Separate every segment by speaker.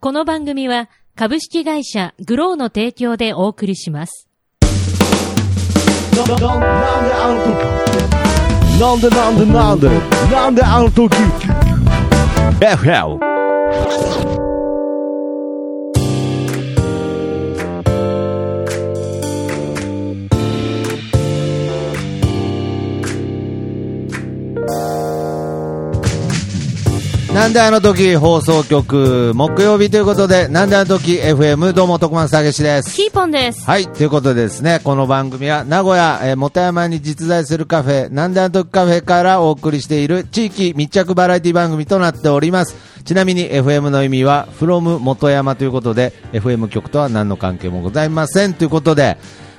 Speaker 1: この番組は株式会社グローの提供でお送りします。
Speaker 2: なんであの時なんでなんでなんでなんであの時 FL
Speaker 3: なんであの時放送局木曜日ということで、なんであの時 FM どうも徳松たけしです。
Speaker 1: キーポンです。
Speaker 3: はい、ということでですね、この番組は名古屋、えー、元山に実在するカフェ、なんであの時カフェからお送りしている地域密着バラエティ番組となっております。ちなみに FM の意味は from 元山ということで、FM 局とは何の関係もございませんということで、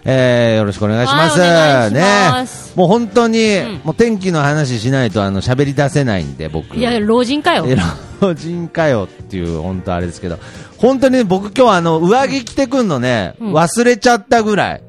Speaker 3: えーよろしくお願いします。
Speaker 1: はいお願いします
Speaker 3: ね。もう本当に、
Speaker 1: ん
Speaker 3: もう天気の話しないとあの喋り出せないんで、僕。
Speaker 1: いや、老人か よ。
Speaker 3: え老人かよっていう、本当あれですけど、本当にね僕今日あの、上着着てくんのね、
Speaker 1: うん
Speaker 3: 忘れちゃったぐらい。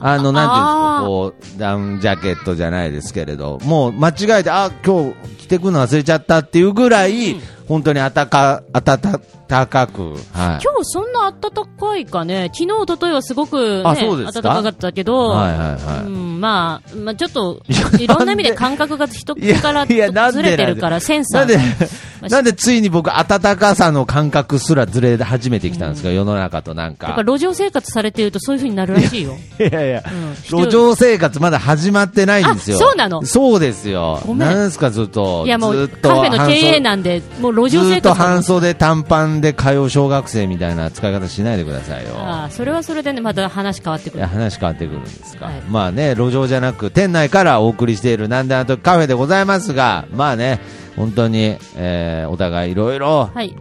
Speaker 3: あの、
Speaker 1: あ
Speaker 3: な
Speaker 1: ー
Speaker 3: んていうんですか、こう、ダウンジャケットじゃないですけれど、もう間違えて、あ、今日着てくんの忘れちゃったっていうぐらい、本当にあたか、あたた、たかく、はい。
Speaker 1: 今日そんな暖かいかね、昨日、一昨日はすごく、ね、
Speaker 3: あそうです
Speaker 1: 暖
Speaker 3: か
Speaker 1: かかったけど、
Speaker 3: はいはいはい
Speaker 1: うんまあ、まあ、ちょっと
Speaker 3: や、
Speaker 1: いろんな意味で
Speaker 3: なんで
Speaker 1: 感覚が人
Speaker 3: いや
Speaker 1: から
Speaker 3: いやなん
Speaker 1: ず
Speaker 3: で
Speaker 1: れてるから、センサー
Speaker 3: なんで
Speaker 1: が。、
Speaker 3: なんでついに僕、暖かさの感覚すらずれ始めてきたんですか、世の中となん
Speaker 1: だ
Speaker 3: か
Speaker 1: から。路上生活されてるとそういう風になるらしいよ。
Speaker 3: いやいや、
Speaker 1: ん
Speaker 3: 路上生活まだ始まってないんですよ。
Speaker 1: あそうなの
Speaker 3: そうですよ。
Speaker 1: ごめん
Speaker 3: なんすかずっと。
Speaker 1: いやもう、
Speaker 3: ずっと
Speaker 1: カフェの経営
Speaker 3: 半
Speaker 1: なんで、もう路
Speaker 3: 袖
Speaker 1: 上
Speaker 3: ず
Speaker 1: 生
Speaker 3: っと
Speaker 1: 活
Speaker 3: 半袖短パンで通う小学生みたいな使い方しないでくださいよ。
Speaker 1: ああそれはそれでね、また話変わってく
Speaker 3: い
Speaker 1: る
Speaker 3: や。話変わってくるんですか、
Speaker 1: はい
Speaker 3: まあね路上じゃなく店内からお送りしているなんであの時カフェでございますがまあね本当に、えーお互いいろいろ
Speaker 1: はい。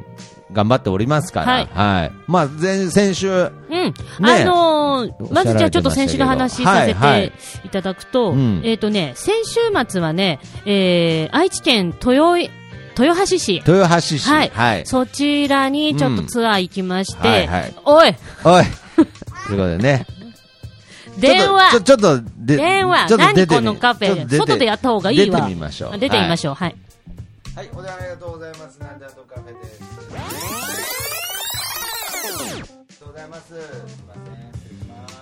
Speaker 3: 頑張っておりますから、
Speaker 1: は
Speaker 3: はいいまあ前先週、
Speaker 1: うん。
Speaker 3: ね
Speaker 1: あの
Speaker 3: おっしゃられて
Speaker 1: ー、ま
Speaker 3: ましたけど
Speaker 1: ずじゃあちょっと先週の話させ
Speaker 3: はいはい
Speaker 1: ていただくと、
Speaker 3: うん
Speaker 1: えっ、とね、先週末はね、えー、愛知県豊い、豊橋市。
Speaker 3: 豊橋市、
Speaker 1: はい、そちらにちょっとツアー行きまして、
Speaker 3: うんはいはい
Speaker 1: おい
Speaker 3: おいということでね
Speaker 1: 電話
Speaker 3: ちょっと、ちょちょっとで、
Speaker 1: 電話
Speaker 3: ちょっと出
Speaker 1: 何
Speaker 3: てみ
Speaker 1: このカフ
Speaker 3: ちょっと
Speaker 1: ェ
Speaker 3: 出て
Speaker 1: 外でやった方がいいわ。
Speaker 3: 出てみましょう。
Speaker 1: 出てみましょう。はい。
Speaker 3: はい。はい、お電話ありがとうございます。なんちゃんとカフェです。ありがとうございます。すいません。失礼します。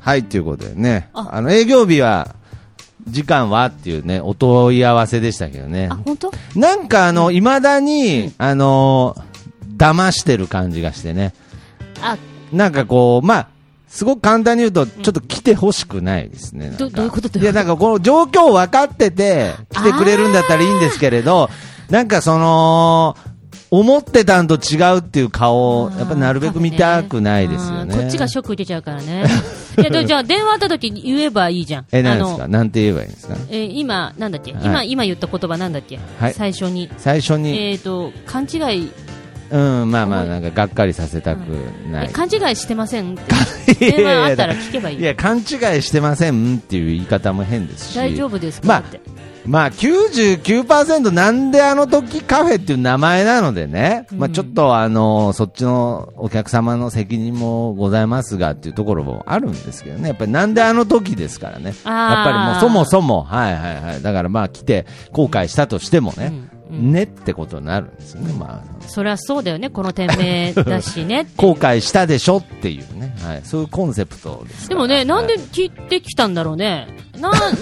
Speaker 3: はい、ということでね。
Speaker 1: あ
Speaker 3: あの、営業日は、時間はっていうね、お問い合わせでしたけどね
Speaker 1: あ、。本当
Speaker 3: なんかあの、いまだに、あの、騙してる感じがしてね。
Speaker 1: あ、
Speaker 3: なんかこう、まあ、すごく簡単に言うと、ちょっと来てほしくないですね。なんか
Speaker 1: どどういうことどう
Speaker 3: い
Speaker 1: いうこと
Speaker 3: や、なんかこの状況分かってて、来てくれるんだったらいいんですけれど、なんかその、思ってたんと違うっていう顔を、やっぱなるべく見たくないですよね。
Speaker 1: うんこっちがショック受けちゃうからね。いやでじゃあ電話あった時に言えばいいじゃん。
Speaker 3: え、
Speaker 1: あ
Speaker 3: なんです
Speaker 1: の
Speaker 3: か、なんて言えばいいんですか
Speaker 1: えー今、なんだっけ、
Speaker 3: はい
Speaker 1: 今、今言った言葉なんだっけ、
Speaker 3: はい
Speaker 1: 最初に。
Speaker 3: 最初に、
Speaker 1: えっ、と、勘違い、
Speaker 3: うん、まあまあ、なんかがっかりさせたくない
Speaker 1: え。勘違いしてませんって。
Speaker 3: いやい
Speaker 1: 電話
Speaker 3: や
Speaker 1: あ
Speaker 3: い
Speaker 1: ったら
Speaker 3: や
Speaker 1: 聞けばいい。
Speaker 3: いや、勘違いしてませんっていう言い方も変ですし。
Speaker 1: 大丈夫ですか、
Speaker 3: まあ
Speaker 1: って。
Speaker 3: まあ99%なんであの時カフェっていう名前なのでね、まあちょっとあのそっちのお客様の責任もございますがっていうところもあるんですけどね、やっぱりなんであの時ですからね、やっ
Speaker 1: あー
Speaker 3: ぱりもうそもそも、はいはいはい、だからまあ来て後悔したとしてもね、ねってことになるんですよね、まあ
Speaker 1: そりゃそうだよね、この店名だしね。
Speaker 3: 後悔したでしょっていうね、はい、そういうコンセプトで
Speaker 1: で
Speaker 3: すから
Speaker 1: もね、なんで
Speaker 3: はい
Speaker 1: 聞いてきたんだろうね。 な、な、なん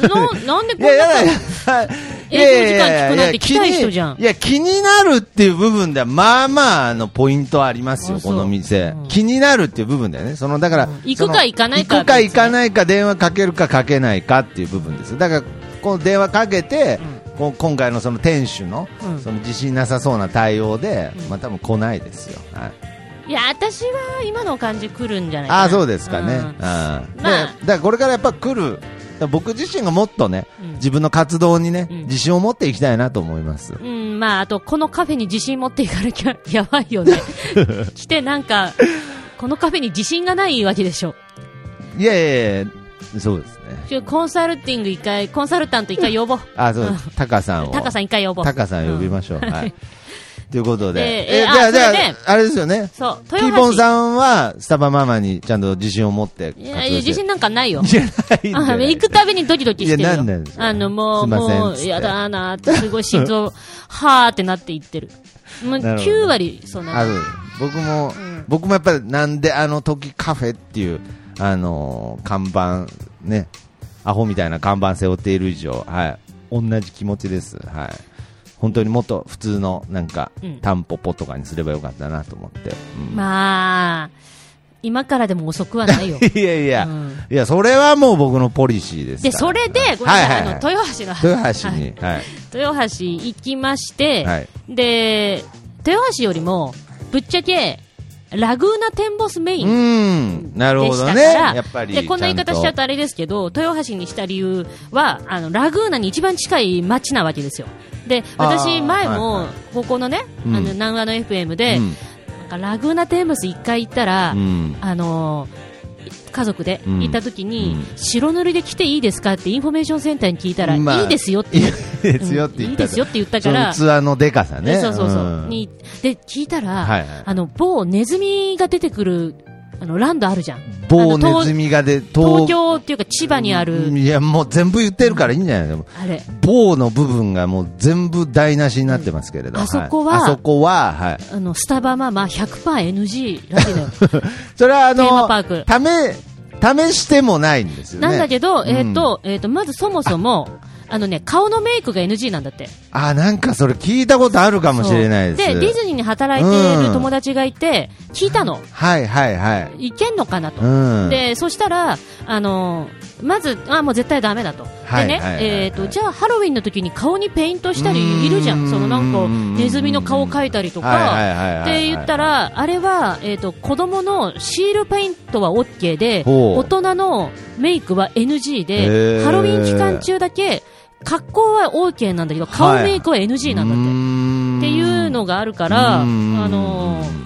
Speaker 1: でこん
Speaker 3: いや、
Speaker 1: な
Speaker 3: や
Speaker 1: こ
Speaker 3: だ
Speaker 1: と
Speaker 3: よ。
Speaker 1: 営業時間聞くなんて来たい人じゃん
Speaker 3: いや、気になるっていう部分では、まあまあ、あの、ポイントはあります
Speaker 1: あ
Speaker 3: よ、
Speaker 1: そう
Speaker 3: この店、
Speaker 1: うん
Speaker 3: 気になるっていう部分だよね。その、だから、
Speaker 1: 行くか
Speaker 3: その
Speaker 1: 行かないか
Speaker 3: 行くか行かないか、電話かけるかかけないかっていう部分ですよ。だから、この電話かけて、こう今回のその店主の、
Speaker 1: うん
Speaker 3: その自信なさそうな対応で、まあ多分来ないですよ。はい、
Speaker 1: いや、私は今の感じ来るんじゃないかな。
Speaker 3: ああ、そうですかね。
Speaker 1: う
Speaker 3: うんんま
Speaker 1: まあ
Speaker 3: だからこれからやっぱ来る、だから僕自身がもっとね、
Speaker 1: うん
Speaker 3: 自分の活動にね、
Speaker 1: うん
Speaker 3: 自信を持っていきたいなと思います。
Speaker 1: うん、まあ、あと、このカフェに自信持っていかなきゃ、やばいよ ね。来て、なんか、このカフェに自信がないわけでしょ。
Speaker 3: いやいやいや、そうですね。
Speaker 1: ちょコンサルティング一回、コンサルタント一回呼ぼう。
Speaker 3: あ、そうです。タカさんを。
Speaker 1: タカさ
Speaker 3: ん。
Speaker 1: ん一回呼ぼう。
Speaker 3: タカさん呼びましょう。はい。ということで。
Speaker 1: えーえー
Speaker 3: じゃ
Speaker 1: あ
Speaker 3: あ、じゃ
Speaker 1: それで
Speaker 3: あ、あれですよね。
Speaker 1: そう、
Speaker 3: キ
Speaker 1: 豊橋。
Speaker 3: ーポンさんは、スタバママにちゃんと自信を持って活動
Speaker 1: い
Speaker 3: して。
Speaker 1: やいや、自信なんかないよ。
Speaker 3: じゃないんだよ
Speaker 1: あ行くたびにドキドキしてるよ。
Speaker 3: いやなんなんですか
Speaker 1: あの、も
Speaker 3: す
Speaker 1: う、
Speaker 3: いません
Speaker 1: も
Speaker 3: っつっ
Speaker 1: う、
Speaker 3: て
Speaker 1: やだなーって、すごい心 臓、はーってなっていってる。もう、
Speaker 3: なるほど
Speaker 1: 9割、そんな
Speaker 3: あ。る僕も、
Speaker 1: ん
Speaker 3: 僕もやっぱりなんであの時カフェっていう、あのー看板ねアホみたいな看板背負っている以上、はい、同じ気持ちです、はい、本当にもっと普通のなんか、
Speaker 1: うん
Speaker 3: タンポポとかにすればよかったなと思って、うん
Speaker 1: まあ、今からでも遅くはないよ。
Speaker 3: いやいや、
Speaker 1: うん
Speaker 3: いやそれはもう僕のポリシーですか
Speaker 1: で、
Speaker 3: ら
Speaker 1: それで、ごめんな
Speaker 3: はい
Speaker 1: さ、
Speaker 3: はい
Speaker 1: あ
Speaker 3: いは
Speaker 1: の、
Speaker 3: い
Speaker 1: 豊橋の
Speaker 3: 豊橋に、はい
Speaker 1: 豊橋行きまして、
Speaker 3: はい
Speaker 1: で、豊橋よりも、ぶっちゃけ、ラグーナテンボスメイ
Speaker 3: う
Speaker 1: ン
Speaker 3: んなる
Speaker 1: で
Speaker 3: ほ
Speaker 1: し
Speaker 3: ど
Speaker 1: た
Speaker 3: ね
Speaker 1: から、
Speaker 3: やっぱり
Speaker 1: でこんな言い方しちゃう
Speaker 3: た
Speaker 1: とあれですけど、豊橋にした理由は、あのラグーナに一番近い町なわけですよ。で、
Speaker 3: あ
Speaker 1: 私、
Speaker 3: ー
Speaker 1: 前
Speaker 3: はい
Speaker 1: も
Speaker 3: はい、
Speaker 1: ここのね、
Speaker 3: うん
Speaker 1: あの南和の FM で、なんかラグーナテンボス一回行ったら、
Speaker 3: うん
Speaker 1: あのー家族で
Speaker 3: うん
Speaker 1: 行った時に、
Speaker 3: う
Speaker 1: 白塗りで来ていいですかってインフォメーションセンターに聞いたら、
Speaker 3: まあ
Speaker 1: いいですよって
Speaker 3: い
Speaker 1: 言
Speaker 3: や
Speaker 1: う
Speaker 3: いいですよって言った
Speaker 1: うんいいですよって言ったから
Speaker 3: その器のでかさね。
Speaker 1: そうそうそう、
Speaker 3: ん
Speaker 1: にで聞いたら、
Speaker 3: はいはい
Speaker 1: あの某ネズミが出てくるあのランドあるじゃん
Speaker 3: 某
Speaker 1: あの
Speaker 3: ネズミがで、
Speaker 1: 東東
Speaker 3: 東
Speaker 1: 京っていうか千葉にある、
Speaker 3: いや、もう全部言ってるからいいんじゃないでも。
Speaker 1: あれ
Speaker 3: 某の部分がもう全部台無しになってますけれど。
Speaker 1: うんあそこはい
Speaker 3: あそこは、はい。
Speaker 1: あのスタバママ 100%NG らしいのよ
Speaker 3: それはあ
Speaker 1: テーマパ
Speaker 3: の、
Speaker 1: ーク
Speaker 3: 試、試してもないんですよね。
Speaker 1: なんだけど、
Speaker 3: うん
Speaker 1: えっ、と、えっ、と、まずそもそも、あのね、顔のメイクが NG なんだって。
Speaker 3: あ、なんかそれ聞いたことあるかもしれないです。
Speaker 1: そうディズニーに働いている友達がいて、聞いたの。
Speaker 3: はいはいはい。
Speaker 1: いけんのかなと。
Speaker 3: うん。
Speaker 1: で、そしたら、あのーまず、あ、もう絶対ダメだと。
Speaker 3: はい
Speaker 1: でね、
Speaker 3: はいはいはい
Speaker 1: えっ、と、じゃあハロウィンの時に顔にペイントしたりいるじゃ。
Speaker 3: うんん
Speaker 1: そのなんか、ネズミの顔描いたりと
Speaker 3: はいはいはいはい
Speaker 1: か、って言ったら、あれは、えっ、と、子供のシールペイントは OK で、
Speaker 3: ほう
Speaker 1: 大人のメイクは NG
Speaker 3: へ
Speaker 1: で、
Speaker 3: ー
Speaker 1: ハロウィン期間中だけ、格好は OK なんだけど、顔メイクは NG なんだって。
Speaker 3: っ
Speaker 1: っていうのがあるから、あ
Speaker 3: うん
Speaker 1: のー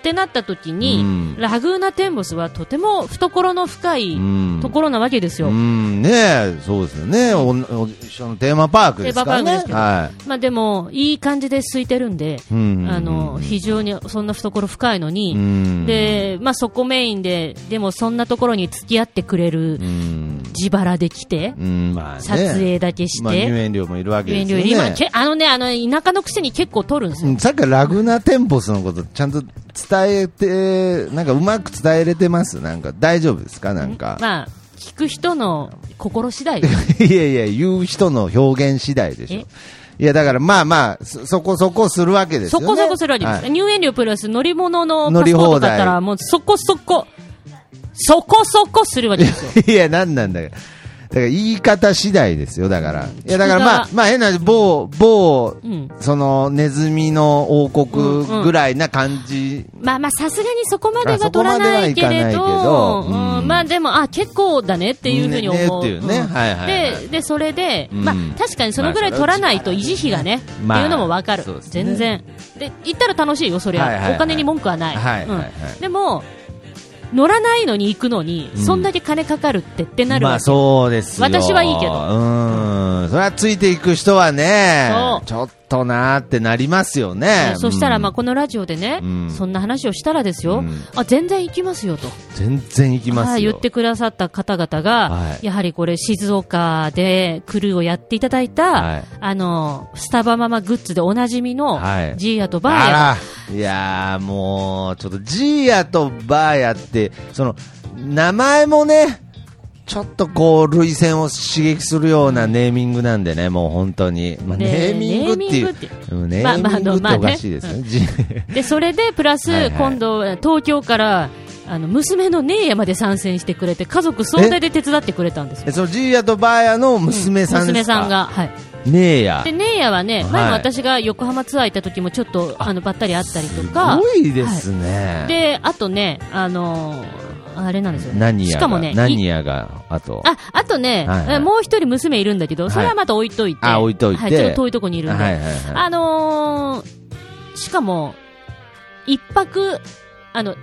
Speaker 1: ってなった時に、
Speaker 3: うん
Speaker 1: ラグーナテンボスはとても懐の深いところなわけですよ。
Speaker 3: うん、ねえ、そうですよね。おお一緒のテーマパークですから
Speaker 1: テーマパークで
Speaker 3: ね
Speaker 1: す。けど
Speaker 3: は
Speaker 1: まあでも、いい感じで空いてるんで、
Speaker 3: い。うん
Speaker 1: あのー、非常にそんな懐深いの
Speaker 3: う
Speaker 1: に、
Speaker 3: ん、
Speaker 1: で、まあそこメインで、でもそんなところに付き合ってくれる
Speaker 3: うん、
Speaker 1: 自腹で来て、
Speaker 3: うんまあね、
Speaker 1: 撮影だけして
Speaker 3: まあ、入園料もいるわけですよね。
Speaker 1: 入園料今けあのね、あの、田舎のくせに結構取るんですよ
Speaker 3: うんさっきからラグナテンポスのことちゃんと伝えて、なんかうまく伝えれてますなんか大丈夫ですかなんか。
Speaker 1: まあ、聞く人の心次第よ
Speaker 3: いやいや、言う人の表現次第でしょ
Speaker 1: え。
Speaker 3: いや、だからまあまあ、そそこそこするわけです
Speaker 1: そ
Speaker 3: よね。
Speaker 1: こそこするわけです、
Speaker 3: はい
Speaker 1: 入園料プラス乗り物のパスポートだった
Speaker 3: 乗り放
Speaker 1: ら、
Speaker 3: 題
Speaker 1: もうそこそこ、そこそこするわけですよ。
Speaker 3: いや、なんなんだよ。だから言い方次第ですよ、だから。いや、だからまあ
Speaker 1: 聞、く側
Speaker 3: まあ変な、某、某、
Speaker 1: うん
Speaker 3: その、ネズミの王国ぐらいな感じ。
Speaker 1: まあまあ、さすがにそこまで
Speaker 3: あそ
Speaker 1: は
Speaker 3: こ
Speaker 1: 取ら
Speaker 3: までは
Speaker 1: ないい
Speaker 3: か
Speaker 1: け
Speaker 3: ない
Speaker 1: れ
Speaker 3: けど
Speaker 1: ど、
Speaker 3: うん
Speaker 1: うんまあでも、あ、結構だねっていうふうに思う。
Speaker 3: ねねっていうね
Speaker 1: ん
Speaker 3: はいはいはい
Speaker 1: で、で、それで、
Speaker 3: うん
Speaker 1: まあ確かにそのぐらい取らないと維持費がね、
Speaker 3: まあ
Speaker 1: っていうのもわかる、
Speaker 3: そうですね
Speaker 1: 全然。で、行ったら楽しいよ、そりゃ。
Speaker 3: はいはいはい
Speaker 1: お金に文句はない。
Speaker 3: はいはいはい
Speaker 1: うんでも、乗らないのに行くのに、そんだけ金かかるってってなる
Speaker 3: ま
Speaker 1: わ
Speaker 3: あ
Speaker 1: け
Speaker 3: そうですよ
Speaker 1: 私はいいけど
Speaker 3: うーん。それはついていく人はね
Speaker 1: そ、う
Speaker 3: ちょっとなーってなりますよね
Speaker 1: ね。そしたら、
Speaker 3: うん
Speaker 1: まあ、このラジオでね、
Speaker 3: うん
Speaker 1: そんな話をしたらですよ、
Speaker 3: うん
Speaker 1: あ全然行きますよと
Speaker 3: 全然行きますよ。
Speaker 1: はい言ってくださった方々が、
Speaker 3: はい
Speaker 1: やはりこれ、静岡でクルーをやっていただいた、
Speaker 3: はい
Speaker 1: あのスタバママグッズでおなじみの、
Speaker 3: はい
Speaker 1: ジーヤとバーヤ、
Speaker 3: あら、いやーもう、ちょっとジーヤとバーヤって、その、名前もね、ちょっとこう、類線を刺激するようなネーミングなんでね、もう本当に。まあ、
Speaker 1: ね
Speaker 3: ネーミングってい
Speaker 1: ネーミング
Speaker 3: う
Speaker 1: っ。
Speaker 3: うんネ
Speaker 1: まあ
Speaker 3: ー
Speaker 1: まあ
Speaker 3: ミングっ
Speaker 1: まあ
Speaker 3: て
Speaker 1: ね
Speaker 3: おかしいですね。ジー
Speaker 1: でそれでプラス、
Speaker 3: はいはい
Speaker 1: 今度、東京からあの娘の姉やまで参戦してくれて、家族総出で手伝ってくれたんですよ。
Speaker 3: えそのジーヤとバーヤの娘さんで
Speaker 1: 娘
Speaker 3: すか、
Speaker 1: さん。が、はい、
Speaker 3: ねえや
Speaker 1: で。ネイヤはね、前
Speaker 3: はい
Speaker 1: も私が横浜ツアー行った時もちょっとあのばったり会ったりと
Speaker 3: す
Speaker 1: か、
Speaker 3: ごいですね。
Speaker 1: で、あとね、あのーあれなんですよね。
Speaker 3: 何や
Speaker 1: し
Speaker 3: が
Speaker 1: かもね、
Speaker 3: 何
Speaker 1: い
Speaker 3: やが、あと。
Speaker 1: あ、あとね、
Speaker 3: はいはい
Speaker 1: えもう一人娘いるんだけど、それはまた置いといて。
Speaker 3: あ、置いといて。
Speaker 1: はちょっと遠いとこにいるんで。
Speaker 3: はいはいはい。
Speaker 1: あのーしかも、一泊、あの、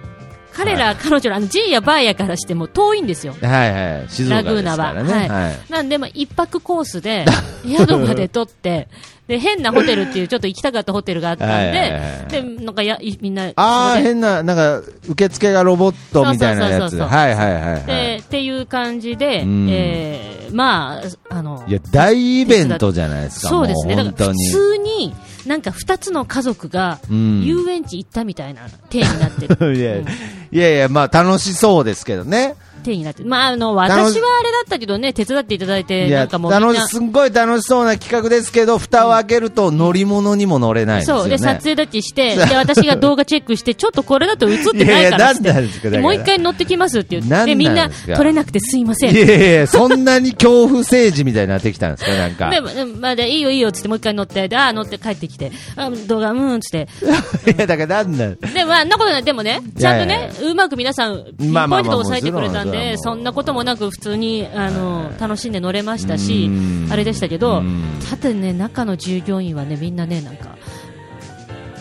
Speaker 1: 彼ら、彼女ら、あの、ジーやバーやからしても遠いんですよ。
Speaker 3: はいはい。静岡ですからね。
Speaker 1: ラグーナははい
Speaker 3: はい
Speaker 1: なんで、まあ、一泊コースで、宿まで取って、で、変なホテルっていう、ちょっと行きたかったホテルがあったん
Speaker 3: はいはいはいはい
Speaker 1: で、で、なんかや、いみんな、
Speaker 3: あ
Speaker 1: そ
Speaker 3: あ、
Speaker 1: こで
Speaker 3: 変な、なんか、受付がロボットみたいなや
Speaker 1: そうそうそう
Speaker 3: つ。
Speaker 1: そう
Speaker 3: はいはいはいはい。
Speaker 1: でっていう感じで、
Speaker 3: うん
Speaker 1: えーまあ、あの、
Speaker 3: いや、大イベントじゃないですか。
Speaker 1: そうですね。
Speaker 3: も
Speaker 1: だ
Speaker 3: う
Speaker 1: か
Speaker 3: 本当
Speaker 1: ら普通
Speaker 3: に。
Speaker 1: に、なんか二つの家族が
Speaker 3: うん
Speaker 1: 遊園地行ったみたいな体になってる。
Speaker 3: いや
Speaker 1: うん
Speaker 3: いやいや、まあ楽しそうですけどね。
Speaker 1: 体になってる。まあ、あの、
Speaker 3: 楽し
Speaker 1: 私はあれだったけどね、手伝っていただいて、
Speaker 3: い
Speaker 1: な
Speaker 3: や、
Speaker 1: んかもうみんな
Speaker 3: 楽し、すんごい楽しそうな企画ですけど、蓋を開けると乗り物にも乗れないですよ
Speaker 1: そう。
Speaker 3: ね。
Speaker 1: で、撮影だけして、で、私が動画チェックして、ちょっとこれだと映ってないからっつって。
Speaker 3: いやいやなんなんですかだから
Speaker 1: もう一回乗ってきますって言
Speaker 3: なん
Speaker 1: っ
Speaker 3: な
Speaker 1: て、
Speaker 3: ん
Speaker 1: みんな
Speaker 3: ですか
Speaker 1: 撮れなくてすいません。
Speaker 3: いやいやいや、そんなに恐怖政治みたいになってきたんですか、なんか。
Speaker 1: でも、でもまあ、でいいよいいよっつってもう一回乗って、でああ、乗って帰ってきて、あ動画、うーんっつって。
Speaker 3: いや、だからなんなん
Speaker 1: でも、まあ、んなことない。でもね、ちゃんと
Speaker 3: いやい
Speaker 1: ね
Speaker 3: や、
Speaker 1: うまく皆さん、ピン
Speaker 3: まあま
Speaker 1: ポイ
Speaker 3: あ
Speaker 1: ン
Speaker 3: ま
Speaker 1: ト
Speaker 3: あ
Speaker 1: で押さえてくれたん
Speaker 3: もちろんそれはも
Speaker 1: で、
Speaker 3: う
Speaker 1: そんなこともなく普通に、あの、楽しんで乗れました
Speaker 3: う
Speaker 1: し
Speaker 3: ん、
Speaker 1: あれでしたけど
Speaker 3: うん、
Speaker 1: ただね、中の従業員はね、みんなね、なんか、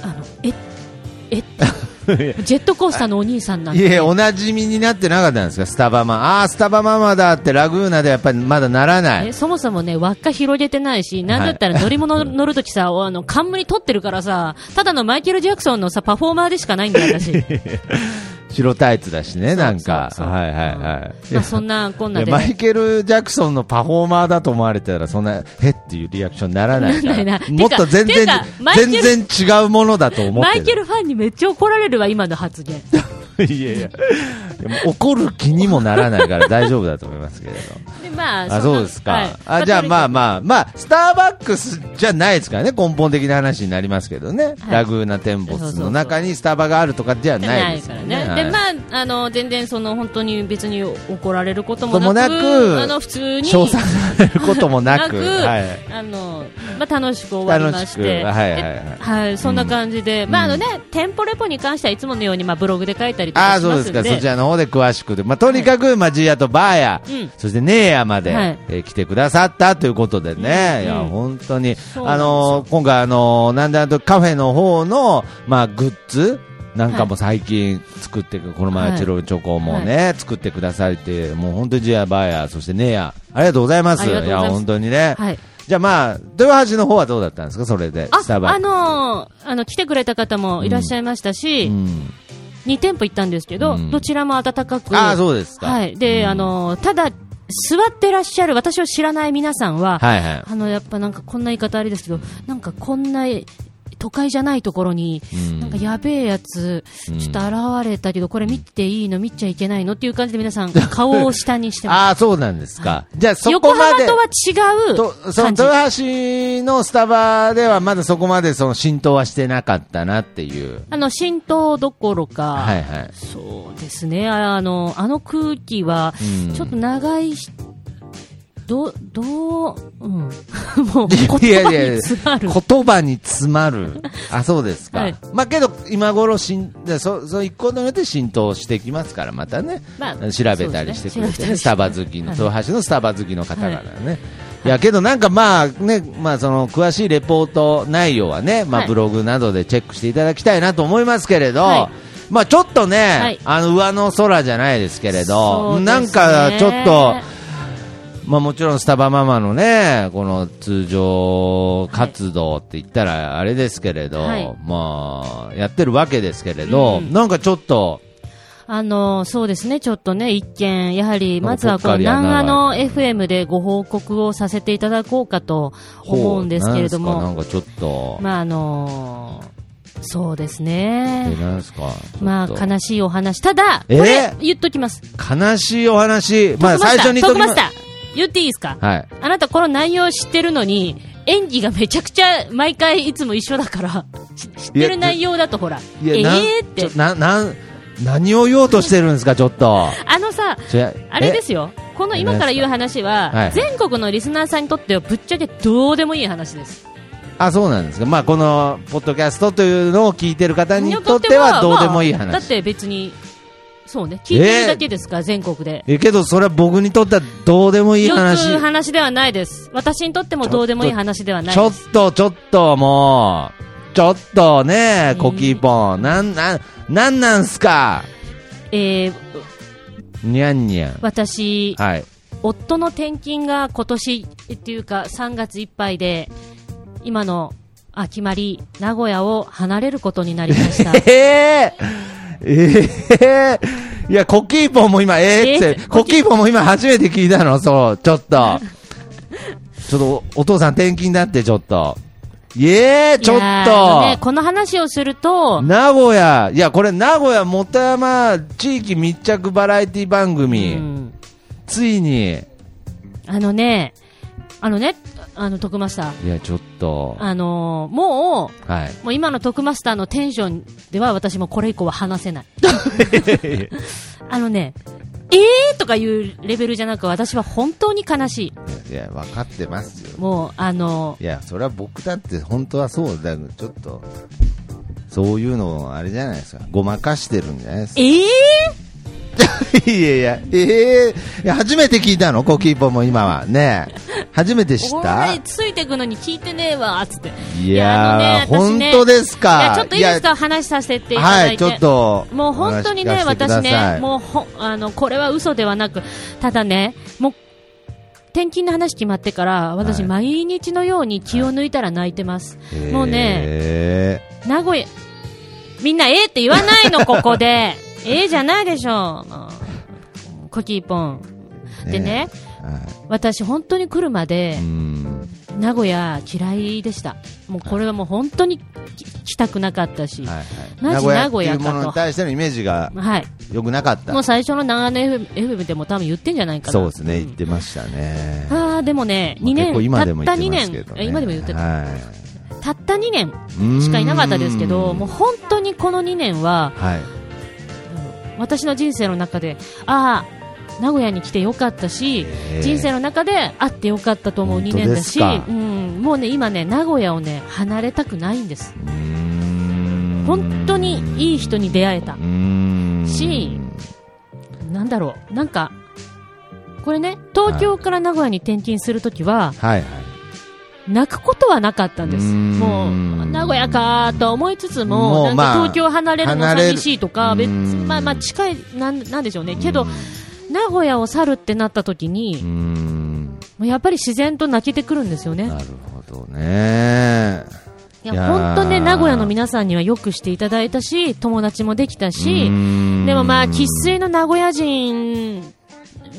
Speaker 1: あの、え、え、 ジェットコースターのお兄さんなん
Speaker 3: いやい
Speaker 1: で
Speaker 3: や、おなじみになってなかったんですか、スタバマン。ああ、スタバママだってラグーナでやっぱりまだならない
Speaker 1: え。そもそもね、輪っか広げてないし、なんだったら乗り物乗るときさ、あの、冠取ってるからさ、ただのマイケル・ジャクソンのさ、パフォーマーでしかないんだよ、 私。
Speaker 3: 白タイツだしね、なんか。
Speaker 1: そうそうそう
Speaker 3: はいはいはい。
Speaker 1: まあ、そんなこん
Speaker 3: い
Speaker 1: な
Speaker 3: や
Speaker 1: で
Speaker 3: マイ
Speaker 1: ね。
Speaker 3: ケル・ジャクソンのパフォーマーだと思われてたら、そんな、へっていうリアクションにならないから。
Speaker 1: なんないな
Speaker 3: もっと全
Speaker 1: て
Speaker 3: 然
Speaker 1: かてかマイケル
Speaker 3: 全然違うものだと思って
Speaker 1: マ
Speaker 3: る。
Speaker 1: イケルファンにめっちゃ怒られるわ、今の発 言。
Speaker 3: いやいや。怒る気にもならないから大丈夫だと思いますけれど。
Speaker 1: で、まあ、ん
Speaker 3: あ、
Speaker 1: な
Speaker 3: そうですか。
Speaker 1: はい
Speaker 3: あ、じゃあまあ
Speaker 1: あ
Speaker 3: まあ、まあ、スターバックスじゃないですからね、根本的な話になりますけどね。
Speaker 1: はい
Speaker 3: ラグーナテンボスの中にスタバがあるとかじゃ
Speaker 1: とにかく、
Speaker 3: な
Speaker 1: ないい
Speaker 3: で
Speaker 1: です
Speaker 3: す
Speaker 1: か
Speaker 3: よ
Speaker 1: ら
Speaker 3: ね。
Speaker 1: ね。
Speaker 3: はい
Speaker 1: で、まあ、あの、全然その、本当に別に怒られることもなく、
Speaker 3: もなく
Speaker 1: あの、普通に。
Speaker 3: 称賛されることもな
Speaker 1: な
Speaker 3: く、
Speaker 1: く、
Speaker 3: はい。
Speaker 1: あのまあ、楽しく終わりまして、
Speaker 3: 楽しくはいはいはい
Speaker 1: ではいそんな感じで、まああのね、店舗レポに関してはいつものように、まあ、ブログで書いたりと
Speaker 3: あ
Speaker 1: か
Speaker 3: あ、
Speaker 1: し
Speaker 3: そう
Speaker 1: ま
Speaker 3: ですす
Speaker 1: んで
Speaker 3: か。そちらの方で詳しくで。まあ、とにかく、まあ、ジーヤとバーヤ、
Speaker 1: うん
Speaker 3: そしてネーヤまで、
Speaker 1: はい
Speaker 3: えー来てくださったということで
Speaker 1: う
Speaker 3: ね。
Speaker 1: ん
Speaker 3: いや、
Speaker 1: うん
Speaker 3: 本当に。
Speaker 1: そうな
Speaker 3: あ
Speaker 1: んですよ
Speaker 3: のー今回、あのーなんだとカフェの方の、まあ、グッズなんかも最近作ってく、この前、
Speaker 1: はい
Speaker 3: チロルチョコもね、作ってくださいって、もう本当にジーヤ、バーヤ、そしてネーヤ、ありがとうございます。
Speaker 1: ありがとうございます
Speaker 3: や、本当にね。
Speaker 1: はい
Speaker 3: じゃあまあ、豊橋の方はどうだったんですか、それで。スタ
Speaker 1: あ
Speaker 3: バ。
Speaker 1: あのーあの来てくれた方もいらっしゃいましたし、
Speaker 3: うん
Speaker 1: 2店舗行ったんですけど、
Speaker 3: うん
Speaker 1: どちらも温かく、
Speaker 3: ああ、そうですか。
Speaker 1: はいで
Speaker 3: うん
Speaker 1: あのーただ、座ってらっしゃる私を知らない皆さんは、
Speaker 3: はいはい。
Speaker 1: あのやっぱなんかこんな言い方あれですけど、なんかこんな都会じゃないところに、
Speaker 3: うん
Speaker 1: なんかやべえやつ、
Speaker 3: うん
Speaker 1: ちょっと現れたけど、これ見ていいの、見ちゃいけないのっていう感じで皆 さん、顔を下にしてま
Speaker 3: ああ、そうなんですか。じゃあ
Speaker 1: す。
Speaker 3: そ
Speaker 1: 横
Speaker 3: こま
Speaker 1: 浜
Speaker 3: で。
Speaker 1: とは違
Speaker 3: と
Speaker 1: う
Speaker 3: そ
Speaker 1: 感
Speaker 3: の
Speaker 1: じ。
Speaker 3: 豊橋のスタバではまだそこまでその浸透はしてなかったなっていう。
Speaker 1: あの、浸透どころか、
Speaker 3: はいはい。
Speaker 1: そうですね、あの、あの空気は
Speaker 3: うん、
Speaker 1: ちょっと長いし、ど、どう、 うん、もう言
Speaker 3: いや
Speaker 1: 葉
Speaker 3: いやい
Speaker 1: に
Speaker 3: や
Speaker 1: 詰まる。
Speaker 3: 言葉に詰まる。あ、そうですか。
Speaker 1: はい
Speaker 3: まあけど、今頃しん、でそ、その一個によって浸透してきますから、またね、
Speaker 1: まあ
Speaker 3: 調べたりしてく
Speaker 1: そうですね調べた
Speaker 3: れてね、
Speaker 1: りして
Speaker 3: スタバ好きの、
Speaker 1: はい
Speaker 3: 豊橋のスタバ好きの方々ね。いやけどなんかまあね、まあその詳しいレポート内容はね、ま
Speaker 1: は
Speaker 3: あ
Speaker 1: い
Speaker 3: ブログなどでチェックしていただきたいなと思いますけれど、
Speaker 1: はい
Speaker 3: まあちょっとね、
Speaker 1: はい
Speaker 3: あの上の空じゃないですけれ
Speaker 1: そう
Speaker 3: ど、
Speaker 1: ですね
Speaker 3: なんかちょっと、まあ、もちろんスタバママのね、この通常活動って言ったらあれですけれど、
Speaker 1: はい
Speaker 3: まあ、やってるわけですけれど、
Speaker 1: うん
Speaker 3: なんかちょっと、
Speaker 1: あのそうですね、ちょっとね、一件、やはり、まずはこ
Speaker 3: ぽっ
Speaker 1: の
Speaker 3: かり穴
Speaker 1: 南
Speaker 3: が
Speaker 1: アの FM でご報告をさせていただこうかと思うんですけれど
Speaker 3: ほう
Speaker 1: も、
Speaker 3: なんすかなんかちょっと、
Speaker 1: まあ、あのそうです
Speaker 3: え
Speaker 1: ね。
Speaker 3: なんすか
Speaker 1: まあ、
Speaker 3: ちょっと
Speaker 1: 悲しいお話。ただ、こ
Speaker 3: え
Speaker 1: れ、言っときます。
Speaker 3: 悲しいお話、ま
Speaker 1: トー
Speaker 3: あ、
Speaker 1: クマス
Speaker 3: 最
Speaker 1: ター
Speaker 3: 初に
Speaker 1: トー
Speaker 3: と
Speaker 1: ク
Speaker 3: き
Speaker 1: マ
Speaker 3: ま
Speaker 1: スター、言っていいですか
Speaker 3: はい。
Speaker 1: あなた、この内容知ってるのに、演技がめちゃくちゃ、毎回いつも一緒だから、 し知ってる内容だとほら、え
Speaker 3: いや、なん
Speaker 1: えーって
Speaker 3: ちょ。な、なん、何を言おうとしてるんですか、ちょっと。
Speaker 1: あのさ、
Speaker 3: ちょ
Speaker 1: あれで
Speaker 3: え
Speaker 1: すよ、この今から言う話は、
Speaker 3: はい
Speaker 1: 全国のリスナーさんにとってはぶっちゃけどうでもいい話です。
Speaker 3: あ、そうなんですか。まあ、この、ポッドキャストというのを聞いてる方にとってはどうでもいい話
Speaker 1: まあだって別に、そうね、聞いてるだけですから、全国で。
Speaker 3: えけどそれは僕にとってはどうでもいい
Speaker 1: よ
Speaker 3: 話
Speaker 1: く話ではないです。私にとってもどうでもいい話ではない
Speaker 3: ちょ
Speaker 1: で
Speaker 3: っ
Speaker 1: す。
Speaker 3: とちょっともうちょっとねコキーポン、なんなんなんなんすか
Speaker 1: えー、
Speaker 3: にゃんにゃん
Speaker 1: 私、
Speaker 3: はい
Speaker 1: 夫の転勤が今年っていうか3月いっぱいで、今の秋まり名古屋を離れることになりまし た。
Speaker 3: ええええいや、コキーポンも今、ええって、
Speaker 1: え
Speaker 3: コキーポンも今初めて聞いたの、そう、ちょっ と。ちょっとお、お父さん転勤だって、ちょっと。いえちょっ
Speaker 1: いやーあのね、
Speaker 3: と。
Speaker 1: この話をすると、
Speaker 3: 名古屋、いや、これ名古屋元山地域密着バラエティ番組、
Speaker 1: うん
Speaker 3: ついに、
Speaker 1: あのね、あのね、あの、徳マスター、
Speaker 3: いや、ちょっと、
Speaker 1: あのーも
Speaker 3: はい。
Speaker 1: う、もう今の徳マスターのテンションでは私もこれ以降は話せない。 あのね、えーとかいうレベルじゃなく私は本当に悲し
Speaker 3: いや、分かってますよ
Speaker 1: い。。もう、あの
Speaker 3: いや、それは僕だって本当はそうだけど、ちょっと、そういうのをあれじゃないですか、ごまかしてるんじゃないです
Speaker 1: ー、えー
Speaker 3: か。いやいや、ええいや初めて聞いたの、コキーポンも今は。ねえ初めて知っ
Speaker 1: お
Speaker 3: た
Speaker 1: 前ついてくのに聞いてねえわ、つって。
Speaker 3: いやー、
Speaker 1: いやあのね私
Speaker 3: 本
Speaker 1: ね
Speaker 3: 当です
Speaker 1: いや
Speaker 3: か。
Speaker 1: ちょっといいですか話させていただ
Speaker 3: はい
Speaker 1: て、
Speaker 3: い、ちょっと。
Speaker 1: もう本当にね、
Speaker 3: お話聞かせ
Speaker 1: 私
Speaker 3: てくださ
Speaker 1: ね
Speaker 3: い、
Speaker 1: もうほあのこれは嘘ではなく、ただね、もう転勤の話決まってから、私、
Speaker 3: はい
Speaker 1: 毎日のように気を抜いたら泣いてます、もうね、
Speaker 3: え
Speaker 1: 名古屋、みんなええって言わないの、ここで、 ええじゃないでしょう、コキーポン。
Speaker 3: え
Speaker 1: でね、
Speaker 3: えは
Speaker 1: 私、本当に来るまで
Speaker 3: い、うん
Speaker 1: 名古屋嫌いでした、もうこれはもう本当にき来たくなかったし、
Speaker 3: はいはい
Speaker 1: な
Speaker 3: 名
Speaker 1: ぜ
Speaker 3: 古屋
Speaker 1: 名
Speaker 3: って
Speaker 1: 古
Speaker 3: い
Speaker 1: 屋
Speaker 3: う
Speaker 1: かと
Speaker 3: ものに対してのイメージが
Speaker 1: はい、
Speaker 3: 良くなかった
Speaker 1: もう。最初の長野 FM, FM でも多分言ってんじゃないかな。
Speaker 3: そうですね、言
Speaker 1: ん
Speaker 3: ってましたね。
Speaker 1: ああ、でもね、2年、
Speaker 3: 結構今でも
Speaker 1: た
Speaker 3: 言
Speaker 1: っ
Speaker 3: っ
Speaker 1: 2
Speaker 3: たてます
Speaker 1: 年
Speaker 3: けど、
Speaker 1: え
Speaker 3: ね、
Speaker 1: 今でも言ってた、
Speaker 3: は
Speaker 1: たった2年
Speaker 3: い
Speaker 1: しかいなかったですけど、
Speaker 3: ーん
Speaker 1: もう本当にこの2年は、
Speaker 3: はい、
Speaker 1: 私の人生の中で、ああ、名古屋に来てよかったし、
Speaker 3: えー
Speaker 1: 人生の中で会ってよかったと思う2年だし、
Speaker 3: 本当ですか
Speaker 1: うん、もうね、今ね、名古屋をね、離れたくないんです。
Speaker 3: うーん
Speaker 1: 本当にいい人に出会えた
Speaker 3: う。ーん
Speaker 1: しなんだろう、なんか、これね、東京から名古屋に転勤するときは、
Speaker 3: はいはい
Speaker 1: 泣くことはなかったんです、
Speaker 3: うーん
Speaker 1: もう名古屋かと思いつつも、
Speaker 3: もう
Speaker 1: なん
Speaker 3: ま
Speaker 1: か
Speaker 3: あ
Speaker 1: 東京離れるの
Speaker 3: 離れる
Speaker 1: 寂しいとか、別
Speaker 3: うーん
Speaker 1: まあ、まあ近いなん、なんでしょうね、けど、名古屋を去るってなった時
Speaker 3: うー
Speaker 1: に、
Speaker 3: ん
Speaker 1: もうやっぱり自然と泣けてくるんですよね
Speaker 3: な、るほどね
Speaker 1: いや
Speaker 3: いや
Speaker 1: 本
Speaker 3: ー
Speaker 1: 当ね、名古屋の皆さんにはよくしていただいたし、友達もできたし、
Speaker 3: うーん
Speaker 1: でもまあ、生粋の名古屋人、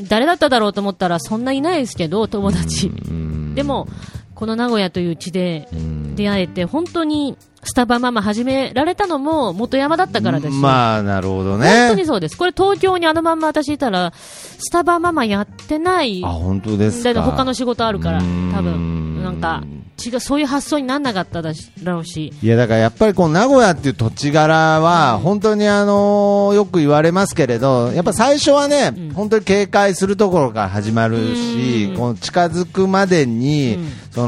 Speaker 1: 誰だっただろうと思ったら、そんないないですけど、友達。
Speaker 3: うーん
Speaker 1: でも、この名古屋という地で
Speaker 3: うーん
Speaker 1: 出会えて、本当にスタバママ始められたのも元山だったからですし、
Speaker 3: まあなるほど
Speaker 1: 本
Speaker 3: ね
Speaker 1: 当にそうです、これ、東京にあのまんま私いたら、スタバママやってない、
Speaker 3: あ本当です
Speaker 1: だ
Speaker 3: か
Speaker 1: って他の仕事あるから、
Speaker 3: うーん
Speaker 1: 多分なんか違う、そういう発想になんなかっただしだろうし、
Speaker 3: いやだからやっぱりこう名古屋っていう土地柄は本当にあのーよく言われますけれどやっぱ最初はね、
Speaker 1: うん
Speaker 3: 本当に警戒するところから始まるし
Speaker 1: うん
Speaker 3: この近づくまでに、
Speaker 1: うん
Speaker 3: そ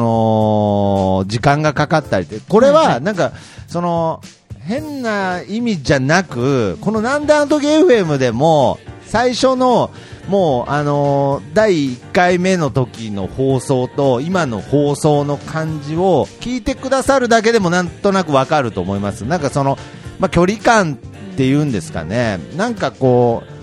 Speaker 3: の時間がかかったりってこれはなんかその変な意味じゃなくこの「なんであの時 FM」でも最初のもうあのー第1回目の時の放送と今の放送の感じを聞いてくださるだけでもなんとなくわかると思いますなんかその、まあ、距離感っていうんですかねなんかこう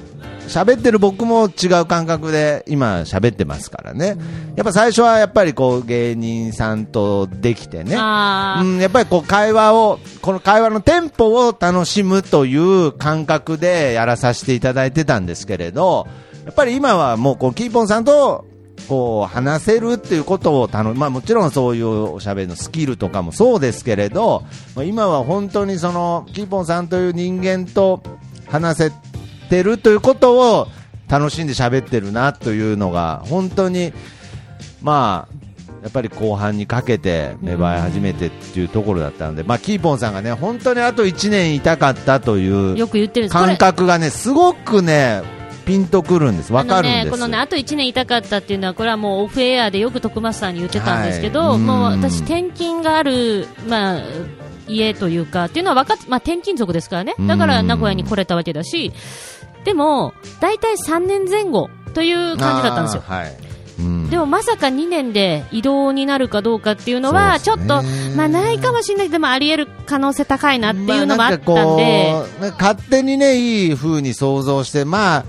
Speaker 3: 喋ってる僕も違う感覚で今喋ってますからねやっぱ最初はやっぱりこう芸人さんとできてね
Speaker 1: あ
Speaker 3: う
Speaker 1: ー
Speaker 3: ん、やっぱりこう会話を、この会話のテンポを楽しむという感覚でやらさせていただいてたんですけれど、やっぱり今はもうこうキーポンさんとこう話せるっていうことを楽、まあ、もちろんそういうおしゃべりのスキルとかもそうですけれど、まあ今は本当にそのキーポンさんという人間と話せてるということを楽しんで喋ってるなというのが本当にまあやっぱり後半にかけて芽生え始めてっていうところだったので、まあ、キーポンさんがね本当にあと1年いたかったとい
Speaker 1: よ
Speaker 3: う
Speaker 1: く言ってるんです、これ
Speaker 3: 感覚がねすごくねピンとくるんですわかるん
Speaker 1: あの
Speaker 3: で
Speaker 1: ね、こ
Speaker 3: す
Speaker 1: のね、あと1年いたかったっていうのは、これはもうオフエアでよく徳松さんに言ってたんですけど、
Speaker 3: はい
Speaker 1: もう
Speaker 3: うん
Speaker 1: 私、転勤がある、まあ、家というか、っていうのは分かっ、まあ、転勤族ですからね。だから名古屋に来れたわけだし、でも、大体3年前後という感じだったんですよ。
Speaker 3: あーはいうん
Speaker 1: でもまさか2年で移動になるかどうかっていうのは、ち
Speaker 3: そ
Speaker 1: ょ
Speaker 3: う
Speaker 1: っ
Speaker 3: ですね
Speaker 1: と、まあないかもしれないけど、でもあり得る可能性高いなっていうのも
Speaker 3: ま
Speaker 1: あっ
Speaker 3: なんかこ
Speaker 1: たんで、
Speaker 3: うなんか勝手にねいい風に想像してまあ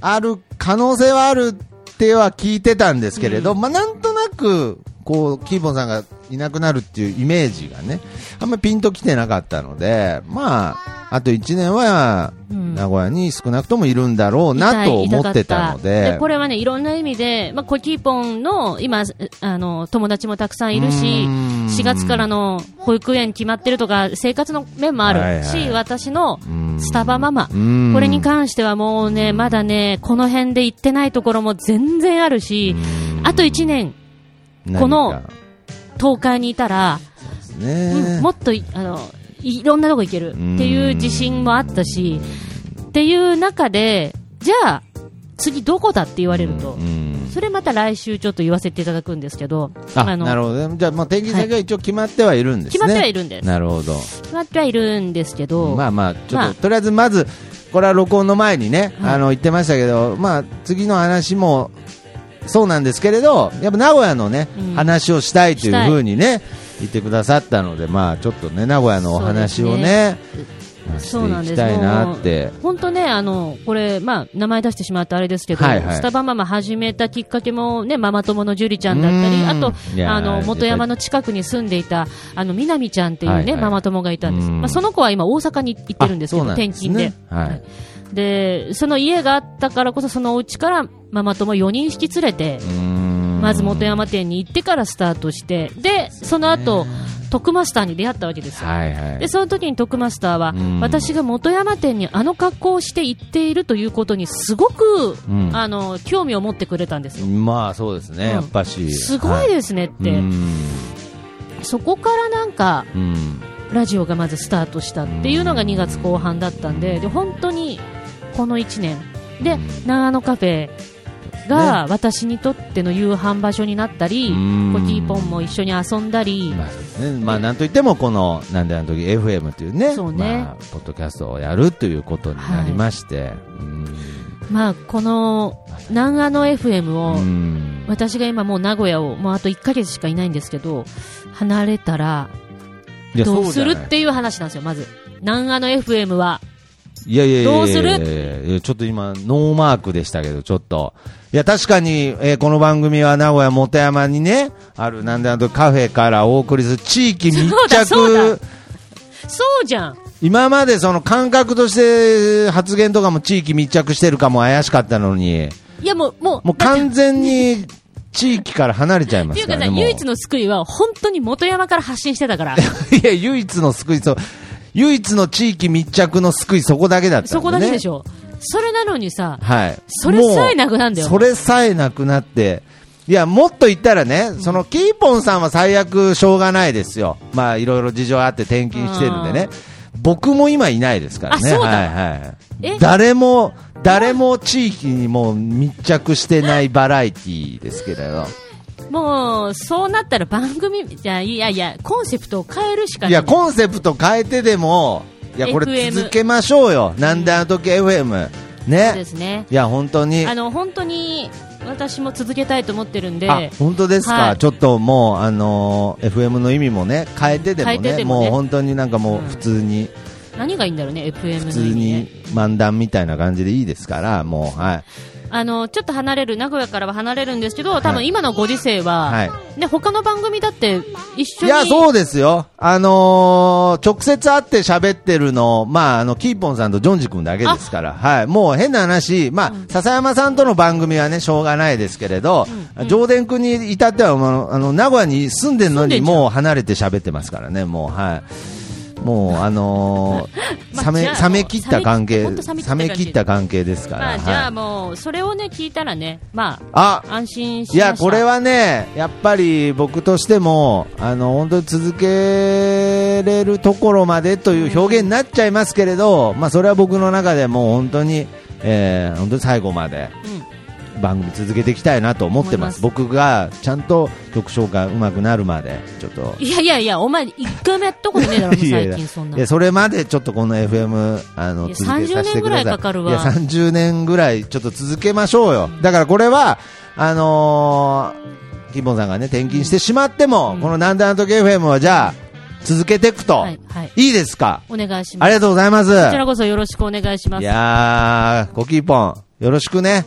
Speaker 3: ある可能性はあるっては聞いてたんですけれど、まあなんとなくこうキーボンさんがいなくなるっていうイメージがね、あんまりピンときてなかったので、まあ、あと1年は、
Speaker 1: うん
Speaker 3: 名古屋に少なくともいるんだろうなと思ってたの
Speaker 1: いたいたかった
Speaker 3: で
Speaker 1: で、これはね、いろんな意味で、まあ、コキーポンの、今、あの、友達もたくさんいるし
Speaker 3: う、ん
Speaker 1: 4月からの保育園決まってるとか、生活の面もあ
Speaker 3: はいは
Speaker 1: る
Speaker 3: い
Speaker 1: し、私の
Speaker 3: うん
Speaker 1: スタバママ、
Speaker 3: うん
Speaker 1: これに関してはもうね、まだね、この辺で行ってないところも全然あるし、あと1年、
Speaker 3: 何か
Speaker 1: この東海にいたら、
Speaker 3: ですね
Speaker 1: うんもっといあのいろんなとこ行けるっていう自信もあったしっていう中でじゃあ次どこだって言われると
Speaker 3: うん
Speaker 1: それまた来週ちょっと言わせていただくんですけど
Speaker 3: あ
Speaker 1: の
Speaker 3: なるほどねじゃあ、まあ、転勤先が一応決まってはいるんですね、
Speaker 1: 決まってはいるんです
Speaker 3: なるほど
Speaker 1: 決まってはいるんですけど、
Speaker 3: まあまあ、ちょっと、
Speaker 1: まあ
Speaker 3: とりあえずまず、これは録音の前にね、あの、言ってましたけど、まあ、次の話も、そうなんですけれど、やっぱ名古屋のね、
Speaker 1: うん
Speaker 3: 話をしたいとい
Speaker 1: した
Speaker 3: う
Speaker 1: い
Speaker 3: ふうにね、言ってくださったので、まあ、ちょっとね、名古屋のお話をね、まあし
Speaker 1: そうなん
Speaker 3: て
Speaker 1: です
Speaker 3: いきたいなって。
Speaker 1: 本当ね、あの、これ、まあ、名前出してしまったあれですけど、
Speaker 3: はいはい
Speaker 1: スタバママ始めたきっかけもね、ママ友のジュリちゃんだった
Speaker 3: う
Speaker 1: り、
Speaker 3: ん
Speaker 1: あと
Speaker 3: い、やー
Speaker 1: あの、元山の近くに住んでいた、あの、みなみちゃんっていうね、
Speaker 3: はいはい
Speaker 1: ママ友がいたんです。
Speaker 3: うん
Speaker 1: まあ、その子は今大阪に行ってるんですけ
Speaker 3: あ
Speaker 1: ど、
Speaker 3: そうなん
Speaker 1: 転
Speaker 3: です
Speaker 1: 勤
Speaker 3: ね
Speaker 1: で。
Speaker 3: はい
Speaker 1: で、その家があったからこそ、そのお家からママ友4人引き連れて、まず元山店に行ってからスタートして、で、その後、徳マスターに出会ったわけですよ。
Speaker 3: はいはい
Speaker 1: で、その時に徳マスターは、
Speaker 3: ん
Speaker 1: 私が元山店にあの格好をして行っているということにすごく、
Speaker 3: うん
Speaker 1: あの、興味を持ってくれたんですよ。
Speaker 3: まあ、そうですね、
Speaker 1: うん
Speaker 3: やっぱし。
Speaker 1: すごい
Speaker 3: す
Speaker 1: ですねって、そこからなんか、
Speaker 3: うん。
Speaker 1: ラジオがまずスタートしたっていうのが2月後半だったんで、で、本当に、この1年。で、長野カフェが私にとっての夕飯場所になったり、
Speaker 3: うん
Speaker 1: コキーポンも一緒に遊んだり、
Speaker 3: まあそうですねまあ、なんといってもこの「なんであの時 FM」というね
Speaker 1: そうね
Speaker 3: まあ、ポッドキャストをやるということになりまして、うん
Speaker 1: まあ、この、南アの FM を、
Speaker 3: うん
Speaker 1: 私が今もう名古屋をもうあと1ヶ月しかいないんですけど、離れたら
Speaker 3: いや
Speaker 1: どう
Speaker 3: そ
Speaker 1: す
Speaker 3: じゃ
Speaker 1: る
Speaker 3: な
Speaker 1: っていう話なんですよ、まず。南アの FM は。
Speaker 3: いやいやいやいや
Speaker 1: どうする
Speaker 3: いやいやちょっと今、ノーマークでしたけど、ちょっと。いや、確かに、えーこの番組は名古屋元山にね、あるなんであの時カフェからお送りする地域密
Speaker 1: そうだそう
Speaker 3: 着
Speaker 1: だ。そうじゃん
Speaker 3: 今までその感覚として発言とかも地域密着してるかも怪しかったのに、
Speaker 1: いやもう、もう、
Speaker 3: もう完全に地域から離れちゃい
Speaker 1: っ
Speaker 3: ま
Speaker 1: てい
Speaker 3: す
Speaker 1: う
Speaker 3: か
Speaker 1: から
Speaker 3: ね。
Speaker 1: さ、
Speaker 3: もう
Speaker 1: 唯一の救いは本当に元山から発信してたから、
Speaker 3: いや、唯一の救い、そう、唯一の地域密着の救い、そこだけだったんで、ね。
Speaker 1: そこだけでしょ。それなのにさ、
Speaker 3: はい。
Speaker 1: それさえなくなんだよ
Speaker 3: もうそれさえなくなって、いや、もっと言ったらね、その、キーポンさんは最悪しょうがないですよ。まあ、いろいろ事情あって転勤してるんでね。僕も今いないですからね。
Speaker 1: あそうだ
Speaker 3: はいはいは
Speaker 1: え
Speaker 3: い。誰も、誰も地域にもう密着してないバラエティーですけれど。
Speaker 1: もう、そうなったら番組、じゃあいやいや、コンセプトを変えるしかない。
Speaker 3: いや、コンセプト変えてでも、いや、これ
Speaker 1: FM
Speaker 3: 続けましょうよ。なんであの時 FM。
Speaker 1: そうで
Speaker 3: ね。
Speaker 1: すね。
Speaker 3: いや、本当に。
Speaker 1: あの、本当に、私も続けたいと思ってるんで、
Speaker 3: あ本当ですか、
Speaker 1: はい
Speaker 3: ちょっともう、あのー FM の意味もね変えてでもね
Speaker 1: 変えてでもね
Speaker 3: う本当になんかもう
Speaker 1: うん
Speaker 3: 普通に、
Speaker 1: 何がいいんだろうね、FM
Speaker 3: 普
Speaker 1: の意
Speaker 3: 通
Speaker 1: 味ね
Speaker 3: に。漫談みたいな感じでいいですからもうはい
Speaker 1: あの、ちょっと離れる、名古屋からは離れるんですけど、多
Speaker 3: は
Speaker 1: 分
Speaker 3: い
Speaker 1: 今のご時世は、
Speaker 3: はい
Speaker 1: ね、他の番組だって一緒
Speaker 3: い
Speaker 1: に。
Speaker 3: やそうですよあのー直接会って喋ってるのまああのキーポンさんとジョンジ君だけですからはいもう変な話まあ、笹山さんとの番組はねしょうがないですけれど、上田君に至ってはもうあの名古屋に住んでる
Speaker 1: 住
Speaker 3: のに
Speaker 1: んでんじゃん
Speaker 3: もう離れて喋ってますからねもうはいもうあのー
Speaker 1: まあ
Speaker 3: 冷め
Speaker 1: じゃあ
Speaker 3: 冷め切った関係
Speaker 1: ほんと冷め切った
Speaker 3: 冷め切った関係ですから、
Speaker 1: まあ、じゃ
Speaker 3: は
Speaker 1: あ
Speaker 3: い
Speaker 1: もう、それをね、聞いたらね、ま
Speaker 3: あ
Speaker 1: あ、安心しま
Speaker 3: い
Speaker 1: した
Speaker 3: や、これ、はね、やっぱり僕としても、あの、本当に続けれるところまでという表現になっちゃいますけれど、まあ、それは僕の中でもう本当に、えー本当に最後まで
Speaker 1: うん、
Speaker 3: 番組続けていきたいなと思ってます。
Speaker 1: 思
Speaker 3: 僕がちゃんと曲紹介上手くなるまで、ちょっと。
Speaker 1: いやいやいや、お前、一回もやったことねえだろ、もう
Speaker 3: いやい
Speaker 1: 最
Speaker 3: や
Speaker 1: 近そんない
Speaker 3: や。それまでちょっとこの FM あの
Speaker 1: いや
Speaker 3: 続けさせてく
Speaker 1: 30年ぐら
Speaker 3: ださい
Speaker 1: いかかるわ
Speaker 3: いや30年ぐらいちょっと続けましょうよだからこれはあのー、キンボンさんがね転勤してしまっても、この「なんであの時 FM」はじゃあ続けていくと、
Speaker 1: はいい、はい。
Speaker 3: いですか
Speaker 1: お願いしま
Speaker 3: あ
Speaker 1: す。
Speaker 3: りがとうございます
Speaker 1: こちらこそよろしくお願いしま
Speaker 3: い
Speaker 1: す。
Speaker 3: やーコキーポンよろしくね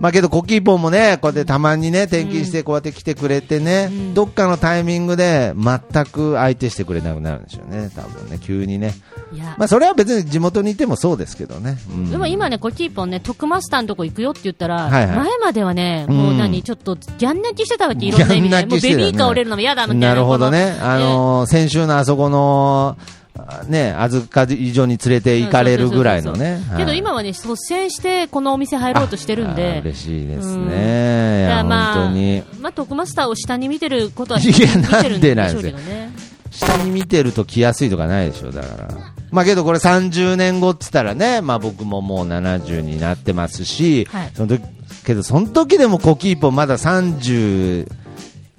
Speaker 3: まあけど、コキーポンもね、こうやってたまにね、転勤してこうやって来てくれてね、
Speaker 1: うん
Speaker 3: どっかのタイミングで全く相手してくれなくなるんでしょうね、多分ね、急にね。
Speaker 1: いや、
Speaker 3: まあそれは別に地元にいてもそうですけどね。うん
Speaker 1: でも今ね、コキーポンね、徳マスターのとこ行くよって言ったら、
Speaker 3: はいはい
Speaker 1: 前まではね、もう何、ちょっと、ギャン泣きしてたわけ、いろんな意味で。
Speaker 3: ギャ
Speaker 1: も
Speaker 3: ン泣
Speaker 1: う
Speaker 3: きして
Speaker 1: ベ
Speaker 3: たね
Speaker 1: ビーカー折れるのも嫌だみたいな。
Speaker 3: なるほどね。
Speaker 1: こ
Speaker 3: あのー先週のあそこの、あね、あずか以上に連れて行かれるぐらいの
Speaker 1: そうそう
Speaker 3: ね
Speaker 1: そうそう。けど今
Speaker 3: は
Speaker 1: はね、率先してこのお店入ろうとしてるん
Speaker 3: ああ
Speaker 1: で。
Speaker 3: 嬉しいです
Speaker 1: うん
Speaker 3: ね。
Speaker 1: だ
Speaker 3: い
Speaker 1: か
Speaker 3: や、
Speaker 1: らまあ、
Speaker 3: 本当に。
Speaker 1: まあ、トクマスターを下に見てることは、
Speaker 3: いや
Speaker 1: 見てるんでしょうけど
Speaker 3: なん
Speaker 1: ね。
Speaker 3: 下に見てると来やすいとかないでしょ、だから。まあけどこれ30年後って言ったらね、まあ僕ももう70になってますし、
Speaker 1: はい
Speaker 3: その時、けどその時でもコキーポンまだ33、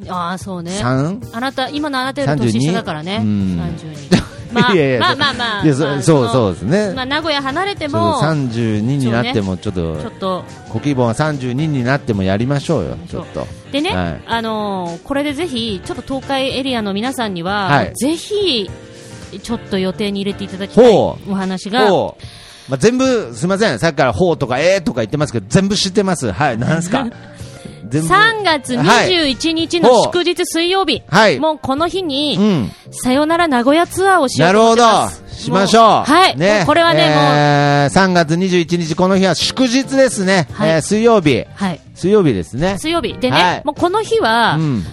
Speaker 1: ああ、そうね。
Speaker 3: 三
Speaker 1: あなた、今のあなたより年下だからね。
Speaker 3: 32うん
Speaker 1: 32。ま あ、
Speaker 3: いやいや
Speaker 1: まあまあまあ。
Speaker 3: いやそ
Speaker 1: まあ
Speaker 3: そう
Speaker 1: の
Speaker 3: そうですね
Speaker 1: まあ、名古屋離れて
Speaker 3: ちょっ
Speaker 1: も
Speaker 3: と、32になってもちょっと、
Speaker 1: ちょっと、
Speaker 3: コキーポンは32になってもやりましょうよ、ちょっと。
Speaker 1: でね、
Speaker 3: はい
Speaker 1: あのーこれでぜひ、ちょっと東海エリアの皆さんには、
Speaker 3: はい
Speaker 1: ぜひ、ちょっと予定に入れていただきたいお
Speaker 3: ほう
Speaker 1: 話が、
Speaker 3: ほうまあ、全部、すみません、さっきからほうとかえーとか言ってますけど、全部知ってます。はい、なんです か。全部。
Speaker 1: 3月21日
Speaker 3: は
Speaker 1: の
Speaker 3: い
Speaker 1: 祝日水曜日、
Speaker 3: はい
Speaker 1: もうこの日に、
Speaker 3: うん。
Speaker 1: さよなら名古屋ツアーをしよう
Speaker 3: なる
Speaker 1: と思っ
Speaker 3: ほ
Speaker 1: て
Speaker 3: ど
Speaker 1: ます。。
Speaker 3: しましょう。
Speaker 1: もはい。もうこれはね、もう、
Speaker 3: えー3月21日、この日は祝日ですね。
Speaker 1: はい
Speaker 3: えー水曜日。
Speaker 1: はい。
Speaker 3: 水曜日ですね。
Speaker 1: 水曜日。でね、
Speaker 3: はい
Speaker 1: もうこの日は、
Speaker 3: うん。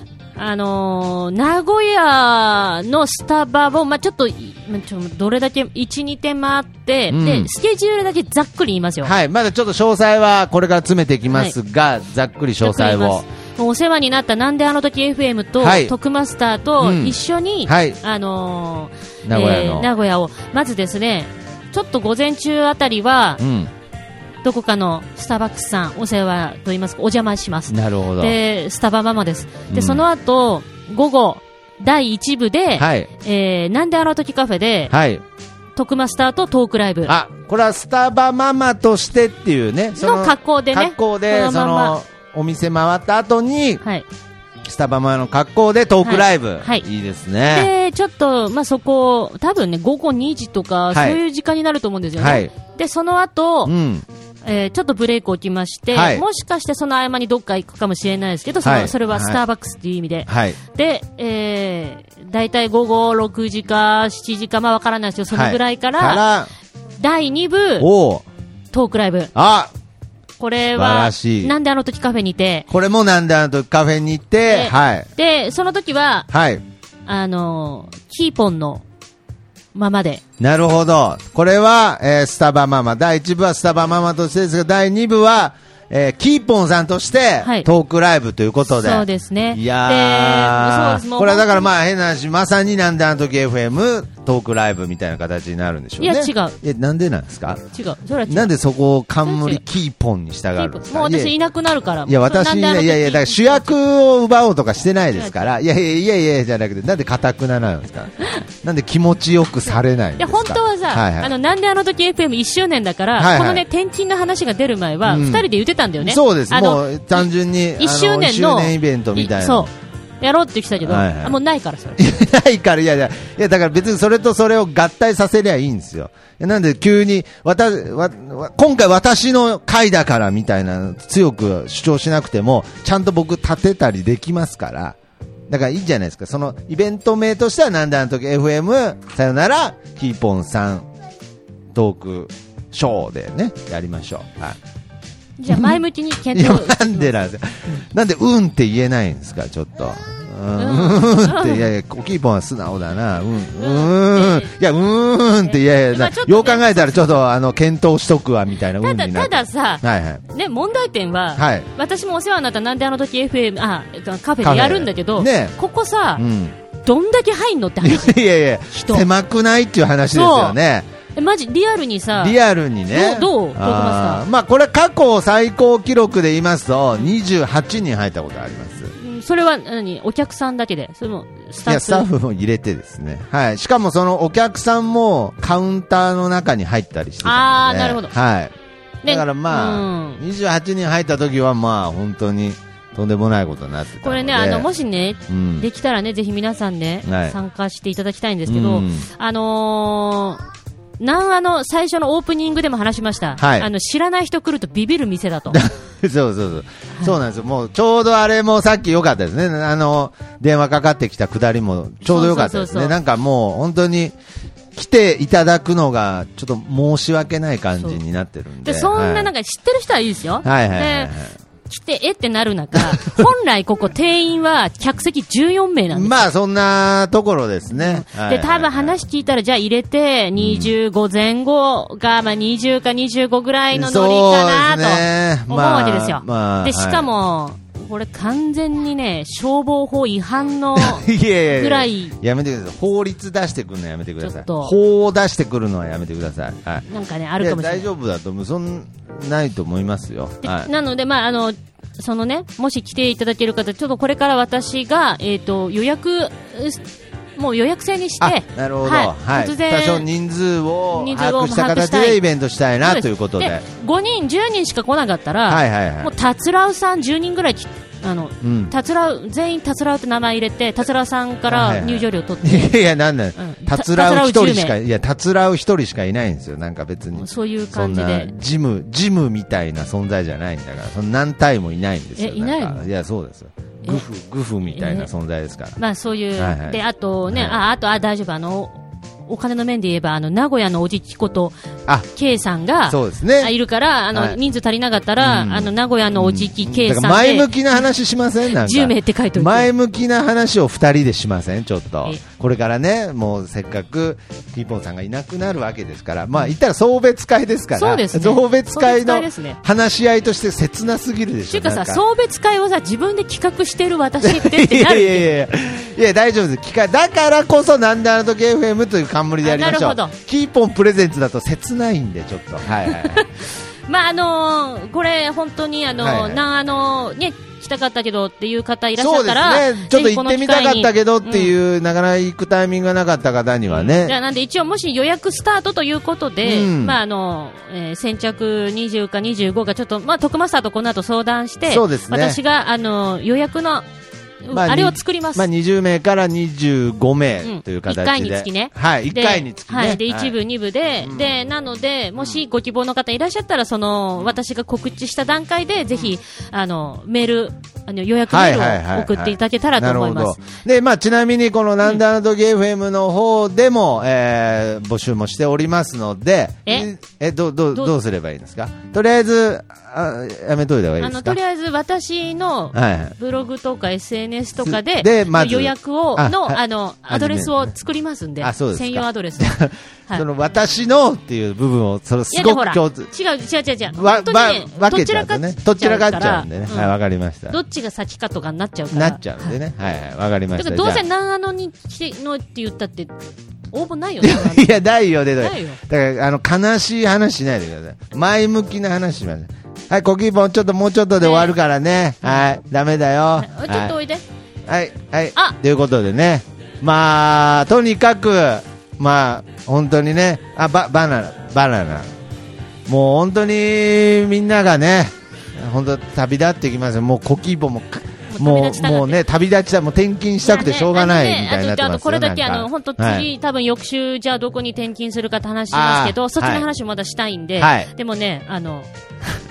Speaker 1: あのー名古屋のスタバを、まあ、ちょっと、いまあちょどれだけ、1、2点回って、
Speaker 3: うん
Speaker 1: で、スケジュールだけざっくり言いますよ。
Speaker 3: はい。まだちょっと詳細はこれから詰めていきますが、ざっくり詳細を。
Speaker 1: もうお世話になったなんであの時 FM と、
Speaker 3: はい
Speaker 1: トクマスターと
Speaker 3: うん
Speaker 1: 一緒に、
Speaker 3: はい
Speaker 1: あのー
Speaker 3: 名古屋の
Speaker 1: えー名古屋を、まずですね、ちょっと午前中あたりは
Speaker 3: う、ん。
Speaker 1: どこかのスターバックスさん、お世話と言いますか、お邪魔します。
Speaker 3: なるほど。
Speaker 1: で、スタバママです。で、
Speaker 3: うん
Speaker 1: その後、午後、第1部で、
Speaker 3: はい。
Speaker 1: えー、なんであの時カフェで、
Speaker 3: はい。
Speaker 1: 徳マスターとトークライブ。
Speaker 3: あ、これはスタバママとしてっていうね。そ
Speaker 1: の格好でね
Speaker 3: 格好で、
Speaker 1: そ
Speaker 3: そ
Speaker 1: のまんま
Speaker 3: の、お店回った後に、
Speaker 1: はい。
Speaker 3: スタバママの格好でトークライブ。
Speaker 1: はいはい
Speaker 3: いですね。
Speaker 1: で、ちょっと、まあ、そこ、多分ね、午後2時とか、
Speaker 3: い
Speaker 1: そういう時間になると思うんですよね。
Speaker 3: はい
Speaker 1: で、その後、
Speaker 3: うん。
Speaker 1: えーちょっとブレイクを置きまして、
Speaker 3: はい
Speaker 1: もしかしてその合間にどっか行くかもしれないですけど、その、
Speaker 3: はい
Speaker 1: それは
Speaker 3: はい
Speaker 1: スターバックスっていう意味で。
Speaker 3: はい。
Speaker 1: で、えー、だいたい午後6時か7時か、まあ、わからないですけど、そのぐらいから、
Speaker 3: は
Speaker 1: 第2
Speaker 3: い、
Speaker 1: 部、
Speaker 3: おう
Speaker 1: トークライブ。
Speaker 3: あ
Speaker 1: これ
Speaker 3: 素晴
Speaker 1: は
Speaker 3: らし、い
Speaker 1: なんであの時カフェにて、
Speaker 3: これもなんだとカフェに行っ
Speaker 1: で
Speaker 3: て、はい。
Speaker 1: で、その時は、
Speaker 3: はい。
Speaker 1: あのー、キーポンのままで、
Speaker 3: なるほど。これは、えースタバママ。第1部はスタバママとしてですが、第2部は、えーキーポンさんとして、
Speaker 1: はい
Speaker 3: トークライブということで。
Speaker 1: そうですね。
Speaker 3: いや
Speaker 1: でそうです
Speaker 3: ー
Speaker 1: もう
Speaker 3: これはだからまあ変な話、まさになんであの時 FM トークライブみたいな形になるんでしょうね。
Speaker 1: いや違う
Speaker 3: え、なんでなんですか
Speaker 1: 違う、それは違う。
Speaker 3: なんでそこ
Speaker 1: 違
Speaker 3: を
Speaker 1: う違
Speaker 3: 冠
Speaker 1: う
Speaker 3: キーポンに従
Speaker 1: キー
Speaker 3: うん
Speaker 1: ポン
Speaker 3: ですか
Speaker 1: もう私
Speaker 3: い
Speaker 1: い
Speaker 3: や
Speaker 1: なくなるから。
Speaker 3: いや、私
Speaker 1: そ
Speaker 3: に
Speaker 1: うなんであの時
Speaker 3: ね、いやいや、だから主役を奪おうとかしてないですから、いやいやいやいやいやじゃなくて、なんでかたくななんですかなんで気持ちよくされないん
Speaker 1: い
Speaker 3: で
Speaker 1: や
Speaker 3: すか
Speaker 1: 本当はさ、
Speaker 3: はいはい
Speaker 1: あの、なんであの時 FM1 周年だから、
Speaker 3: はいはい
Speaker 1: このね、転勤の話が出る前は、
Speaker 3: うん
Speaker 1: 二人で言ってたんだよね。
Speaker 3: そうです、
Speaker 1: あの
Speaker 3: もう単純に、
Speaker 1: 1周年の、
Speaker 3: あ一周年イベントみたいな。
Speaker 1: そう。やろうって言ってたけど、
Speaker 3: はいはい
Speaker 1: あもうないから、それ。
Speaker 3: いや ないから、いやいや、いやだから別にそれとそれを合体させりゃいいんですよ。いやなんで急に、わた、わ、わ今回私の回だからみたいな強く主張しなくても、ちゃんと僕立てたりできますから。だからいいじゃないですか。そのイベント名としてはなんだあの時 FM、さよなら、キーポンさん、トーク、ショーでね、やりましょう。はい。
Speaker 1: じゃあ、前向きに検
Speaker 3: いや、
Speaker 1: 討。
Speaker 3: なんでなんですか。なんで、うんって言えないんですか、ちょっと。うん、うんって、いやいや、コキーポンは素直だな。うん、うん、いや、うんって、いやいや、
Speaker 1: ま
Speaker 3: な
Speaker 1: あちょっとね
Speaker 3: よう考えたら、ちょっと、あの、検討しとくわ、みたいな、う
Speaker 1: た
Speaker 3: ん
Speaker 1: だ、
Speaker 3: にな
Speaker 1: た
Speaker 3: って。
Speaker 1: ださ、
Speaker 3: はいはい。
Speaker 1: ね、問題点は、
Speaker 3: はい
Speaker 1: 私もお世話になったなんであの時 FM、あ、カフェ
Speaker 3: カ
Speaker 1: で
Speaker 3: フェ
Speaker 1: やるんだけど、
Speaker 3: ね
Speaker 1: ここさ、
Speaker 3: うん。
Speaker 1: どんだけ入んのって話。
Speaker 3: いやいや、
Speaker 1: 人
Speaker 3: 狭くないっていう話ですよね。
Speaker 1: えマジ、リアルにさ、
Speaker 3: リアルにね。
Speaker 1: どうどう
Speaker 3: あーまあ、これ、過去最高記録で言いますと、28人入ったことあります。
Speaker 1: うんそれは何お客さんだけで、それもスタッ
Speaker 3: いや
Speaker 1: フ。
Speaker 3: スタッフも入れてですね、はい、しかもそのお客さんもカウンターの中に入ったりしてたので
Speaker 1: あーなるほど
Speaker 3: はい、
Speaker 1: ね
Speaker 3: だからまあ、
Speaker 1: うん
Speaker 3: 28人入った時はまあ本当にとんでもないことになってたので
Speaker 1: これね、あの、もしね、
Speaker 3: うん
Speaker 1: できたらね、ぜひ皆さんね、
Speaker 3: はい
Speaker 1: 参加していただきたいんですけど、
Speaker 3: うん
Speaker 1: あのー、なんあの最初のオープニングでも話しました、
Speaker 3: はい
Speaker 1: あの知らない人来るとビビる店だと、
Speaker 3: そうそうそう、そうなんですよ、もうちょうどあれもさっき良かったですね、あの電話かかってきたくだりもちょうど良かったで
Speaker 1: そうそ
Speaker 3: すね、
Speaker 1: うそうそう
Speaker 3: なんかもう本当に来ていただくのが、ちょっと申し訳ない感じになってるんで、
Speaker 1: で、そんななん
Speaker 3: か、
Speaker 1: か知ってる人はいいですよ。
Speaker 3: はいはいはいはい
Speaker 1: で来て、えってなる中、本来ここ定員は客席14名なんです。
Speaker 3: まあそんなところですね。は
Speaker 1: で、
Speaker 3: い
Speaker 1: 多分話聞いたら、じゃあ入れて、25前後が、まあ20か25ぐらいのノリか
Speaker 3: そうで
Speaker 1: な
Speaker 3: すね
Speaker 1: と思うわけですよ。
Speaker 3: まあ
Speaker 1: で、しかも、これ完全にね、消防法違反 の、
Speaker 3: いやいやや
Speaker 1: ぐらい
Speaker 3: やめてください法律出してくるのやめてください
Speaker 1: ちょっと
Speaker 3: 法を出してくるのはやめてください、はい、
Speaker 1: なんかね、あるかもしれない
Speaker 3: や大。丈夫だと思うそんないと思いますよ、
Speaker 1: で
Speaker 3: はい、
Speaker 1: なので、まあ、あの、そのね、もし来ていただける方、ちょっとこれから私が、えっ、と、予約、うすもう予約制にし
Speaker 3: あ
Speaker 1: て、
Speaker 3: なるほど、
Speaker 1: はい
Speaker 3: はい、
Speaker 1: 突
Speaker 3: 多少
Speaker 1: 然、
Speaker 3: 人数を
Speaker 1: 人数
Speaker 3: 把
Speaker 1: を
Speaker 3: 握した
Speaker 1: 把握
Speaker 3: 形
Speaker 1: したい
Speaker 3: でイベントしたいなということで
Speaker 1: 5人、10人しか来なかったら、
Speaker 3: はいはいはい
Speaker 1: もう、たつらうさん10人ぐらいき、あの、
Speaker 3: うん
Speaker 1: たつらう、全員たつらうって名前入れて、たつらうさんか
Speaker 3: はい
Speaker 1: ら
Speaker 3: はい
Speaker 1: 入場料取って、
Speaker 3: いやいや、なんだ、
Speaker 1: ん
Speaker 3: たつらう一人しか、
Speaker 1: た
Speaker 3: いや、たつらう一人しかいないんですよ、なんか別に。
Speaker 1: そういう感じで
Speaker 3: そんな、ジム、ジムみたいな存在じゃないんだから、その何体もいないんですよ。
Speaker 1: えいないの
Speaker 3: んかいや、そうですよ。
Speaker 1: え
Speaker 3: グフ、グフみたいな存在ですから。
Speaker 1: まあそういう、
Speaker 3: はいはい
Speaker 1: で、あとね、
Speaker 3: はい
Speaker 1: あ、あと、あ、大丈夫、あの、お金の面で言えば、あの、名古屋のおじきこと、
Speaker 3: あ、
Speaker 1: K さんが、
Speaker 3: そうですね
Speaker 1: あいるから、あの、
Speaker 3: はい
Speaker 1: 人数足りなかったら、
Speaker 3: うん
Speaker 1: あの、名古屋のおじき K
Speaker 3: だ
Speaker 1: さ
Speaker 3: か
Speaker 1: ん
Speaker 3: ら
Speaker 1: で、
Speaker 3: 前向きな話しませんなんか
Speaker 1: 10名って書いといて
Speaker 3: 前向きな話を二人でしませんちょっと
Speaker 1: え
Speaker 3: これからねもうせっかくピーポンさんがいなくなるわけですからまあ言ったら送別会ですから
Speaker 1: そうですね
Speaker 3: 送別会
Speaker 1: 送別会
Speaker 3: の
Speaker 1: ですね
Speaker 3: 話し合いとして切なすぎるで
Speaker 1: ち
Speaker 3: し
Speaker 1: ゅ
Speaker 3: ょ
Speaker 1: うか
Speaker 3: な
Speaker 1: さ、
Speaker 3: んか
Speaker 1: 送別会をさ、自分で企画してる私ってっ
Speaker 3: い
Speaker 1: てな
Speaker 3: や
Speaker 1: る
Speaker 3: いやいやいやいや大丈夫です機会だからこそなんであの時 FM という冠でやりましょ
Speaker 1: あなる
Speaker 3: う
Speaker 1: ほど
Speaker 3: キーポンプレゼンツだと切ないんでちょっとはいはいはい
Speaker 1: まあ、あのーこれ、本当に、あのー
Speaker 3: はいはい
Speaker 1: なあのーね、来たかったけどっていう方いらっし
Speaker 3: そ
Speaker 1: ゃ
Speaker 3: う
Speaker 1: っ
Speaker 3: で
Speaker 1: た
Speaker 3: す
Speaker 1: ら、
Speaker 3: ねちょっと行ってみたかったけどって
Speaker 1: う
Speaker 3: い
Speaker 1: ん。
Speaker 3: う、なかなか行くタイミングがなかった方には
Speaker 1: じゃあ
Speaker 3: ね
Speaker 1: なんで一応もし予約スタートということで、
Speaker 3: うん
Speaker 1: まああのえー先着20か25かちょっとまあ徳マスターとこの後相談して、
Speaker 3: そうですね
Speaker 1: 私があの予約の、
Speaker 3: ま
Speaker 1: あ、れを作ります。
Speaker 3: まあ、20名から25
Speaker 1: う
Speaker 3: 名
Speaker 1: ん
Speaker 3: という形で、
Speaker 1: 一回につきね
Speaker 3: はい
Speaker 1: で
Speaker 3: 1回につきね
Speaker 1: はい、で
Speaker 3: はい
Speaker 1: 一部、二部で、でなので、もしご希望の方いらっしゃったら、その私が告知した段階で、ぜひあのメールあの、予約メールを送っていただけたらと思い
Speaker 3: なる
Speaker 1: ま
Speaker 3: ほ
Speaker 1: す。
Speaker 3: どで、まあ、ちなみにこのなんであの時 FM の方でも、えー募集もしておりますので、
Speaker 1: え
Speaker 3: えどど
Speaker 1: ど
Speaker 3: どうすればいいんですかとりあえず、あやめといた方がいい
Speaker 1: あ
Speaker 3: で
Speaker 1: の
Speaker 3: す
Speaker 1: と
Speaker 3: か
Speaker 1: りあえず私の
Speaker 3: はいはい
Speaker 1: ブログとか SNS とかで
Speaker 3: でまず
Speaker 1: 予約を
Speaker 3: あ
Speaker 1: の
Speaker 3: はい
Speaker 1: あのアドレスを作りますんで
Speaker 3: あそうですか
Speaker 1: 専用アドレ スを、はい、
Speaker 3: その私のっていう部分をその
Speaker 1: い
Speaker 3: す
Speaker 1: やでも
Speaker 3: ご
Speaker 1: ほ
Speaker 3: く
Speaker 1: ら
Speaker 3: 共通
Speaker 1: 違う違う違う違う
Speaker 3: わ
Speaker 1: 本当にね
Speaker 3: ば分
Speaker 1: ど
Speaker 3: け
Speaker 1: ち
Speaker 3: ちゃ
Speaker 1: ら
Speaker 3: うと
Speaker 1: か
Speaker 3: ねどちらかっちゃうんでね、
Speaker 1: う
Speaker 3: はいわかりました
Speaker 1: どっちが先かとかになっちゃうから
Speaker 3: なっちゃうんでねはいはいわかりま
Speaker 1: だか
Speaker 3: した
Speaker 1: らどう
Speaker 3: じゃ
Speaker 1: せ
Speaker 3: あ
Speaker 1: 南アノに来てのって言ったって応募ないよね
Speaker 3: いや、ないよね、だか
Speaker 1: ないよ
Speaker 3: ら、だからあの、悲しい話しないでください。前向きな話しましょう。はい、コキーポン、ちょっともうちょっとで終わるからね。はい、ダメだよ。
Speaker 1: あ
Speaker 3: は
Speaker 1: ちょっとお
Speaker 3: い、
Speaker 1: いで、
Speaker 3: はい、はい
Speaker 1: あ。
Speaker 3: ということでね。まあ、とにかく、まあ、本当にね、あ、ば、バナナ、バナナ。もう本当に、みんながね、本当旅立ってきますよ。もうコキーポンも、
Speaker 1: もう旅立ち
Speaker 3: もう、
Speaker 1: たがって
Speaker 3: もうね、旅立ちだ、もう転勤したくてしょうがないみたいにな
Speaker 1: あ
Speaker 3: ってますよ
Speaker 1: とこれだけ
Speaker 3: なん
Speaker 1: あ
Speaker 3: か
Speaker 1: の本当次、
Speaker 3: はい
Speaker 1: 多分翌週じゃあどこに転勤するかって話しますけ
Speaker 3: あ
Speaker 1: ど
Speaker 3: ー
Speaker 1: そっちの話もまだしたいんで、
Speaker 3: はい
Speaker 1: でもねあの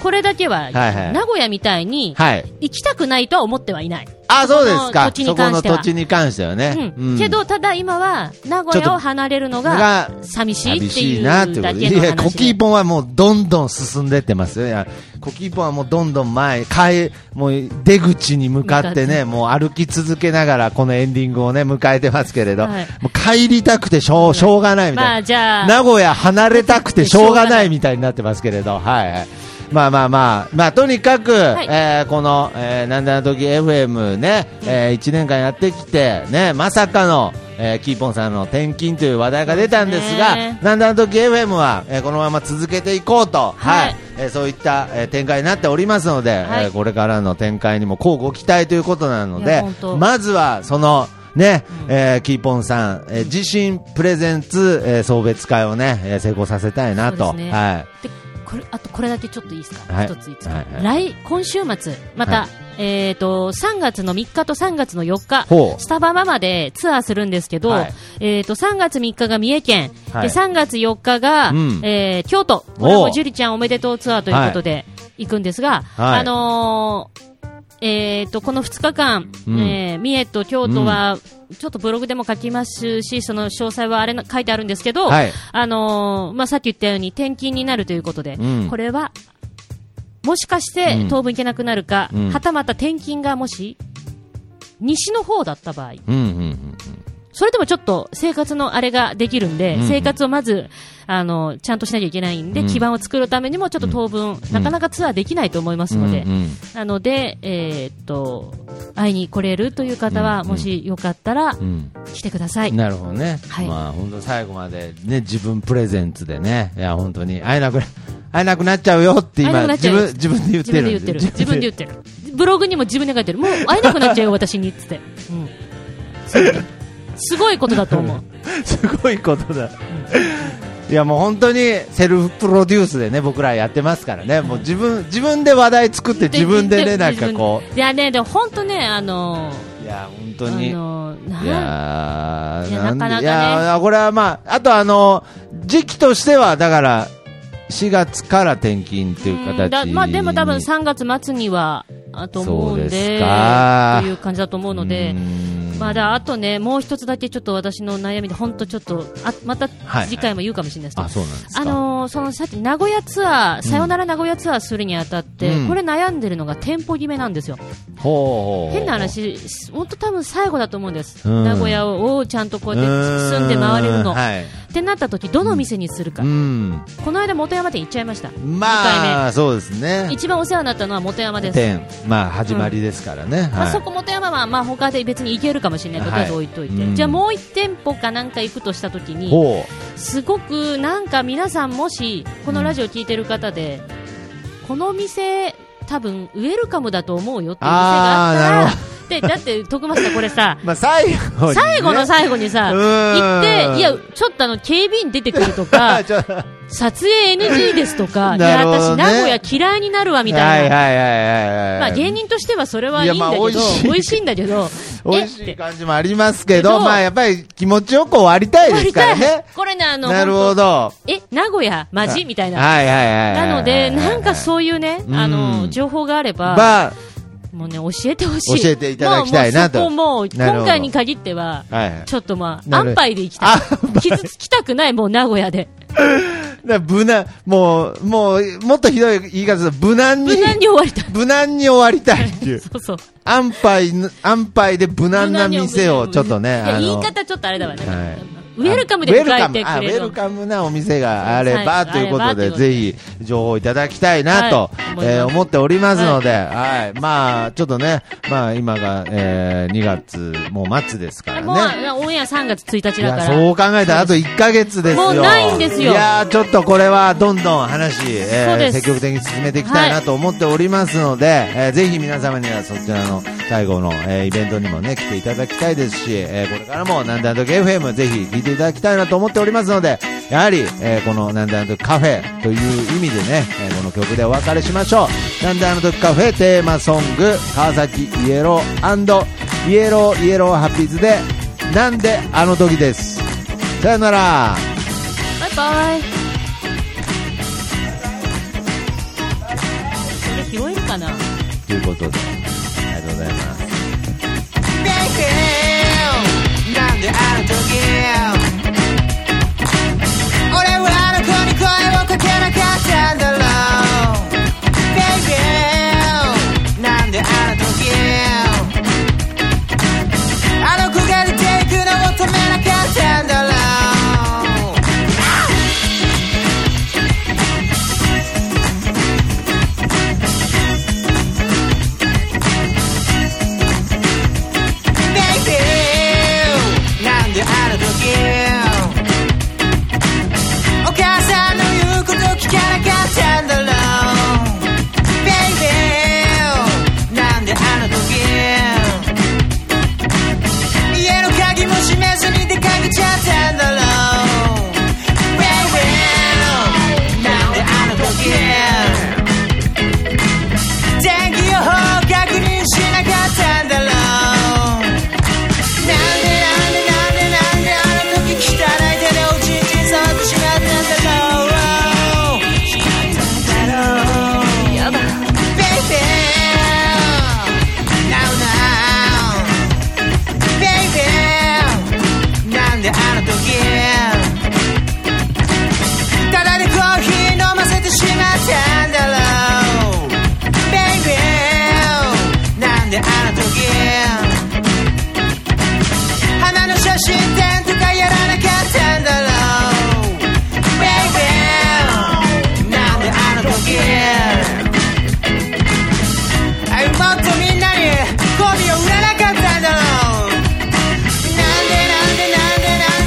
Speaker 1: これだけは
Speaker 3: いはい
Speaker 1: 名古屋みたいに
Speaker 3: はい。
Speaker 1: 行きたくないとは思ってはいない、
Speaker 3: あ、そうですか。
Speaker 1: そこの土地に関しては
Speaker 3: そこの土地に関してはね。
Speaker 1: うんけどただ今は名古屋を離れるのが
Speaker 3: ちょっと
Speaker 1: 寂しい
Speaker 3: 寂
Speaker 1: ってい
Speaker 3: し
Speaker 1: う
Speaker 3: い
Speaker 1: だ
Speaker 3: な
Speaker 1: けの
Speaker 3: ってこと
Speaker 1: 話
Speaker 3: で。いや、コキー
Speaker 1: で
Speaker 3: ポンはもうどんどん進んでってますよ。いや、コキーポンはもうどんどん前、帰もう出口に向かって
Speaker 1: 向か
Speaker 3: ね、もう歩き続けながらこのエンディングをね、迎えてますけれど、
Speaker 1: はい
Speaker 3: もう帰りたくてしょう、しょうがないみたいな。
Speaker 1: まあじゃあ
Speaker 3: 名古屋離れたくてしょうがないみたいになってますけれ ど、はいはい。まあまあまあ、まあとにかく、
Speaker 1: い
Speaker 3: えーこの、えーなんだの時 FM ね、え1年間やってきて、ね、まさかの、えーキーポンさんの転勤という話題が出たんです
Speaker 1: そうで
Speaker 3: が、
Speaker 1: すね
Speaker 3: なんだの時 FM は、えーこのまま続けていこうと、
Speaker 1: はい
Speaker 3: はいえーそういった、えー展開になっておりますので、
Speaker 1: はい
Speaker 3: えーこれからの展開にも乞うご期待ということなの
Speaker 1: いや
Speaker 3: で
Speaker 1: 本当、
Speaker 3: まずはその、ね、えーキーポンさん、えー自身プレゼンツ、えー送別会をね、えー成功させたいな
Speaker 1: そ
Speaker 3: と。
Speaker 1: うですね
Speaker 3: は
Speaker 1: これあとこれだけちょっといいですか、
Speaker 3: はい
Speaker 1: 一ついいですか、
Speaker 3: はいはい
Speaker 1: 来今週末また、
Speaker 3: は
Speaker 1: えー、と3月の3日と3月の4日
Speaker 3: ほう
Speaker 1: スタバママでツアーするんですけど、
Speaker 3: はい
Speaker 1: えー、と3月3日が三重県、
Speaker 3: はい
Speaker 1: で3月4日が、
Speaker 3: うん
Speaker 1: えー京都
Speaker 3: お
Speaker 1: これも樹里ちゃんおめでとうツアーということで。行くんですが、
Speaker 3: はい
Speaker 1: あのーえー、とこの2日間、
Speaker 3: うん
Speaker 1: えー三重と京都は、ちょっとブログでも書きますし、その詳細はあれな書いてあるんですけど、
Speaker 3: はい
Speaker 1: あのーまあ、さっき言ったように転勤になるということで、
Speaker 3: うん
Speaker 1: これはもしかして
Speaker 3: うん
Speaker 1: 当分行けなくなるか、
Speaker 3: うん
Speaker 1: はたまた転勤がもし西の方だった場合、
Speaker 3: うんうん
Speaker 1: それでもちょっと生活のあれができるんで、
Speaker 3: うん
Speaker 1: 生活をまずあのちゃんとしなきゃいけないんで、
Speaker 3: うん
Speaker 1: 基盤を作るためにもちょっと当分、なかなかツアーできないと思います
Speaker 3: うん。
Speaker 1: ので、
Speaker 3: うんうん
Speaker 1: なので、えーっと会いに来れるという方は、
Speaker 3: うん
Speaker 1: もしよかったら
Speaker 3: うん
Speaker 1: 来てください。
Speaker 3: なるほどね、
Speaker 1: はい
Speaker 3: まあ本当最後までね自分プレゼンツでねいや本当に会えなくな会えなくなっちゃうよって
Speaker 1: 会えな
Speaker 3: 今
Speaker 1: くなっち
Speaker 3: 自
Speaker 1: ゃうよ
Speaker 3: 分自分で言っ
Speaker 1: 自
Speaker 3: て
Speaker 1: 分で
Speaker 3: る
Speaker 1: 言ってる。自分で言ってる。ブログにも自分で書いてる。もう会えなくなっちゃう よ、私に。つって。うん。そうねすごいことだと思う。
Speaker 3: すごいことだ。いやもう本当にセルフプロデュースでね僕らやってますからねもう自分自分で話題作って自分 でねなんかこ
Speaker 1: う。いやね、でも本当ね、あの
Speaker 3: ういや本
Speaker 1: ー、
Speaker 3: 当
Speaker 1: あ
Speaker 3: に。
Speaker 1: のー、
Speaker 3: い
Speaker 1: な
Speaker 3: やー
Speaker 1: いや
Speaker 3: なんで
Speaker 1: なかなかね
Speaker 3: いやーこれはまああとあの時期としてはだから4月から転勤っていう
Speaker 1: うん
Speaker 3: 形
Speaker 1: だまあでも多分
Speaker 3: に
Speaker 1: 3月末には、あと思うん
Speaker 3: そうで
Speaker 1: で、
Speaker 3: すか
Speaker 1: という感じだと思うので
Speaker 3: う、ん
Speaker 1: まあだあとね、もう一つだけちょっと私の悩みで、本当ちょっと、あまた
Speaker 3: はい
Speaker 1: 次回も言うかもしれないですけど
Speaker 3: あ、そうなんですか
Speaker 1: あのーそのさっき名古屋ツアー、さよなら名古屋ツアーするにあたって、
Speaker 3: うん
Speaker 1: これ悩んでるのが店舗決めなんですよ、
Speaker 3: ほうほうほう
Speaker 1: 変な話、本当、多分最後だと思うんです、
Speaker 3: うん
Speaker 1: 名古屋をちゃんとこう
Speaker 3: う
Speaker 1: やって
Speaker 3: ー
Speaker 1: 住んで回れるの、
Speaker 3: はい
Speaker 1: ってなった時どの店にするか、
Speaker 3: うん
Speaker 1: この間、元山店行っちゃいました、
Speaker 3: まあそうです
Speaker 1: 2回目、
Speaker 3: ね
Speaker 1: 一番お世話になったのは元山です。
Speaker 3: 点まあ始まりですからね、
Speaker 1: まあ、
Speaker 3: はい
Speaker 1: そこ元山はまあ他で別に行けるかもしれないけど、
Speaker 3: は
Speaker 1: とりあ
Speaker 3: い
Speaker 1: えず置いといて、
Speaker 3: うん
Speaker 1: じゃあもう1店舗かなんか行くとしたときに、
Speaker 3: ほ
Speaker 1: すごくなんか皆さんもしこのラジオ聞いてる方で、この店多分ウェルカムだと思うよっていう店があった
Speaker 3: あーな
Speaker 1: ら
Speaker 3: る
Speaker 1: でだって徳松さんこれさ
Speaker 3: うまあ最後にね
Speaker 1: 最後の最後にさ
Speaker 3: う
Speaker 1: 行
Speaker 3: ーん
Speaker 1: っていやちょっとあの警備員出てくると
Speaker 3: あ
Speaker 1: か
Speaker 3: ちょっと
Speaker 1: 撮影 NG ですと か、い
Speaker 3: なる
Speaker 1: や
Speaker 3: ほ
Speaker 1: 私
Speaker 3: どね
Speaker 1: 名古屋嫌いになるわみたいな。
Speaker 3: はいはいはいはいはい
Speaker 1: まあ、芸人としてはそれはいいんだけど、
Speaker 3: いやまあ美味しい、
Speaker 1: 美味しいんだけど
Speaker 3: 美味し
Speaker 1: え
Speaker 3: い
Speaker 1: って
Speaker 3: 感じもありますけど
Speaker 1: けど
Speaker 3: まあやっぱり気持ちよく終わりたいですからね
Speaker 1: これね、あの、
Speaker 3: なるほど
Speaker 1: 本当え、名古屋、マジみたいな。
Speaker 3: はいはいはいはい
Speaker 1: なので、なんかそういうね、
Speaker 3: うん
Speaker 1: あの、情報があれば、
Speaker 3: まあ
Speaker 1: もうね、教えてほしい。
Speaker 3: 教えていただきたいなと
Speaker 1: もうもうそこ
Speaker 3: なるほ
Speaker 1: もう、今
Speaker 3: ど
Speaker 1: 回に限っては、
Speaker 3: はいはい
Speaker 1: ちょっとまあ、
Speaker 3: なる
Speaker 1: 安牌で行きた
Speaker 3: あ
Speaker 1: い。傷つきたくない、もう名古屋で。
Speaker 3: だから無難もうもうもっとひどい言い方だと無難に
Speaker 1: 無難に終わりたい。
Speaker 3: 無難に終わりたいっていう
Speaker 1: そうそう。
Speaker 3: 安牌の安牌で無難な店をちょっと
Speaker 1: い
Speaker 3: ね
Speaker 1: や
Speaker 3: あ
Speaker 1: 言
Speaker 3: の
Speaker 1: い方ちょっとあれだわね。
Speaker 3: はい
Speaker 1: ウェルカムで迎えて
Speaker 3: あ
Speaker 1: く
Speaker 3: ウ
Speaker 1: れ
Speaker 3: ェ
Speaker 1: る
Speaker 3: ル。カムなお店があれば
Speaker 1: はい
Speaker 3: ということ
Speaker 1: あれ
Speaker 3: で、
Speaker 1: ばと
Speaker 3: ぜひ情報いただきたいなと、
Speaker 1: はい
Speaker 3: えー
Speaker 1: 思います
Speaker 3: 思っておりますので、はい、まあ、ちょっとね、まあ今が、えー2月もう末ですから
Speaker 1: もう、
Speaker 3: ね。
Speaker 1: オンエア3月1日
Speaker 3: い
Speaker 1: だか
Speaker 3: や
Speaker 1: ら。
Speaker 3: そう考えたらあと1ヶ月ですよ。
Speaker 1: もうないんですよ
Speaker 3: いやーちょっとこれはどんどん話、えー
Speaker 1: そうです
Speaker 3: 積極的に進めていきたいなと思っておりますので、えーぜひ皆様にはそちらの最後の、えーイベントにもね、来ていただきたいですし、えーこれからもなんだんと FM ぜひ聞いていただきたいなと思っておりますので、やはり、えーこのなんだんとカフェという意味でね、えーこの曲でお別れしましょう。なんだんとカフェテーマソング、川崎イエローイエローイエローハッピーズで、なんであの時です。さよなら。
Speaker 1: バイバイ。それ拾えるかな
Speaker 3: ということで、ありがとうございます。
Speaker 4: なんであの時俺はあの子に声をかけなかったんだろう Baby なんであの時あの子が出ていくのを止めなかったんだろう「なんであの時進展とかやらなかったんだろう Baby なんであの時あもっとみんなにゴミを売らなかったんだろうなんでなんでなんでなん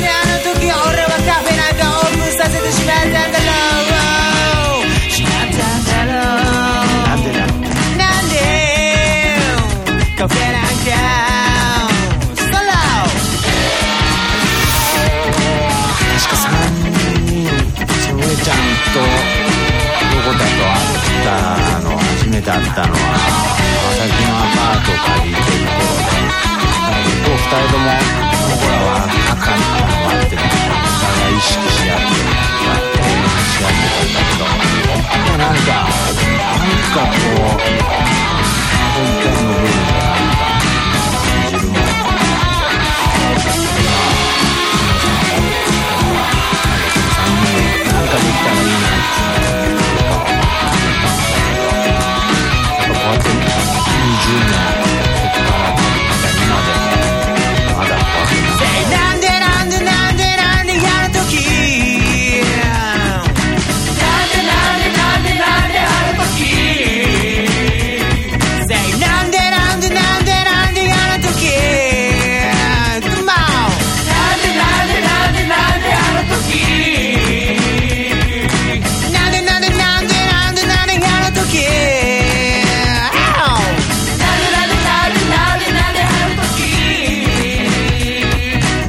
Speaker 4: であの時俺はカフェなんかオープンさせてしまったんだろうしまったんだろうなんでなんでカフェなんかストロー
Speaker 3: 確か3人それちゃんとどこだと会ったの初めて会ったのは川崎のアパート借りてる頃で結構2人とも僕らは赤に変わってたお互い意識し合ってやってし合ってたんだけどでもなんかなんかこう本体の部分がなんか自分もなんかできたらいいなっていうのがやっぱこうやって20年ここから今までまだまだこうやって
Speaker 4: なんでなんでなんでなんであの時なんでなんでなんでなんであの時 Say なんでなんでなんでなんであの時 Come on なんでなんでなんでなんであの時なんでなんでなんでなんでなんであの時 Ow なんでなんでなんでなんでなんであの時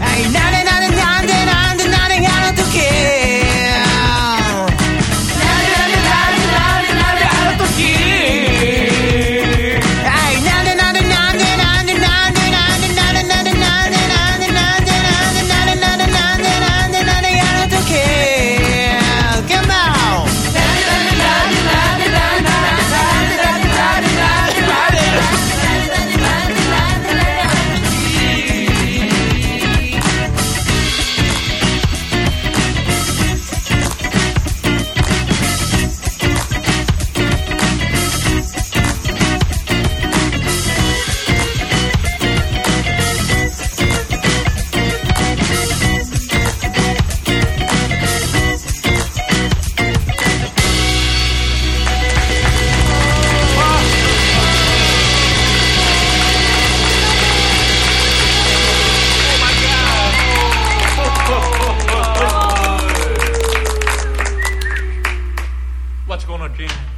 Speaker 4: はい、なでなでなんでなんでなであの時はいなでなでなんでなんでなんでなんでなでなでなんでなんでなんでなんでなんでなんでなんでなんであの時 Come on
Speaker 5: What's going on, Gene?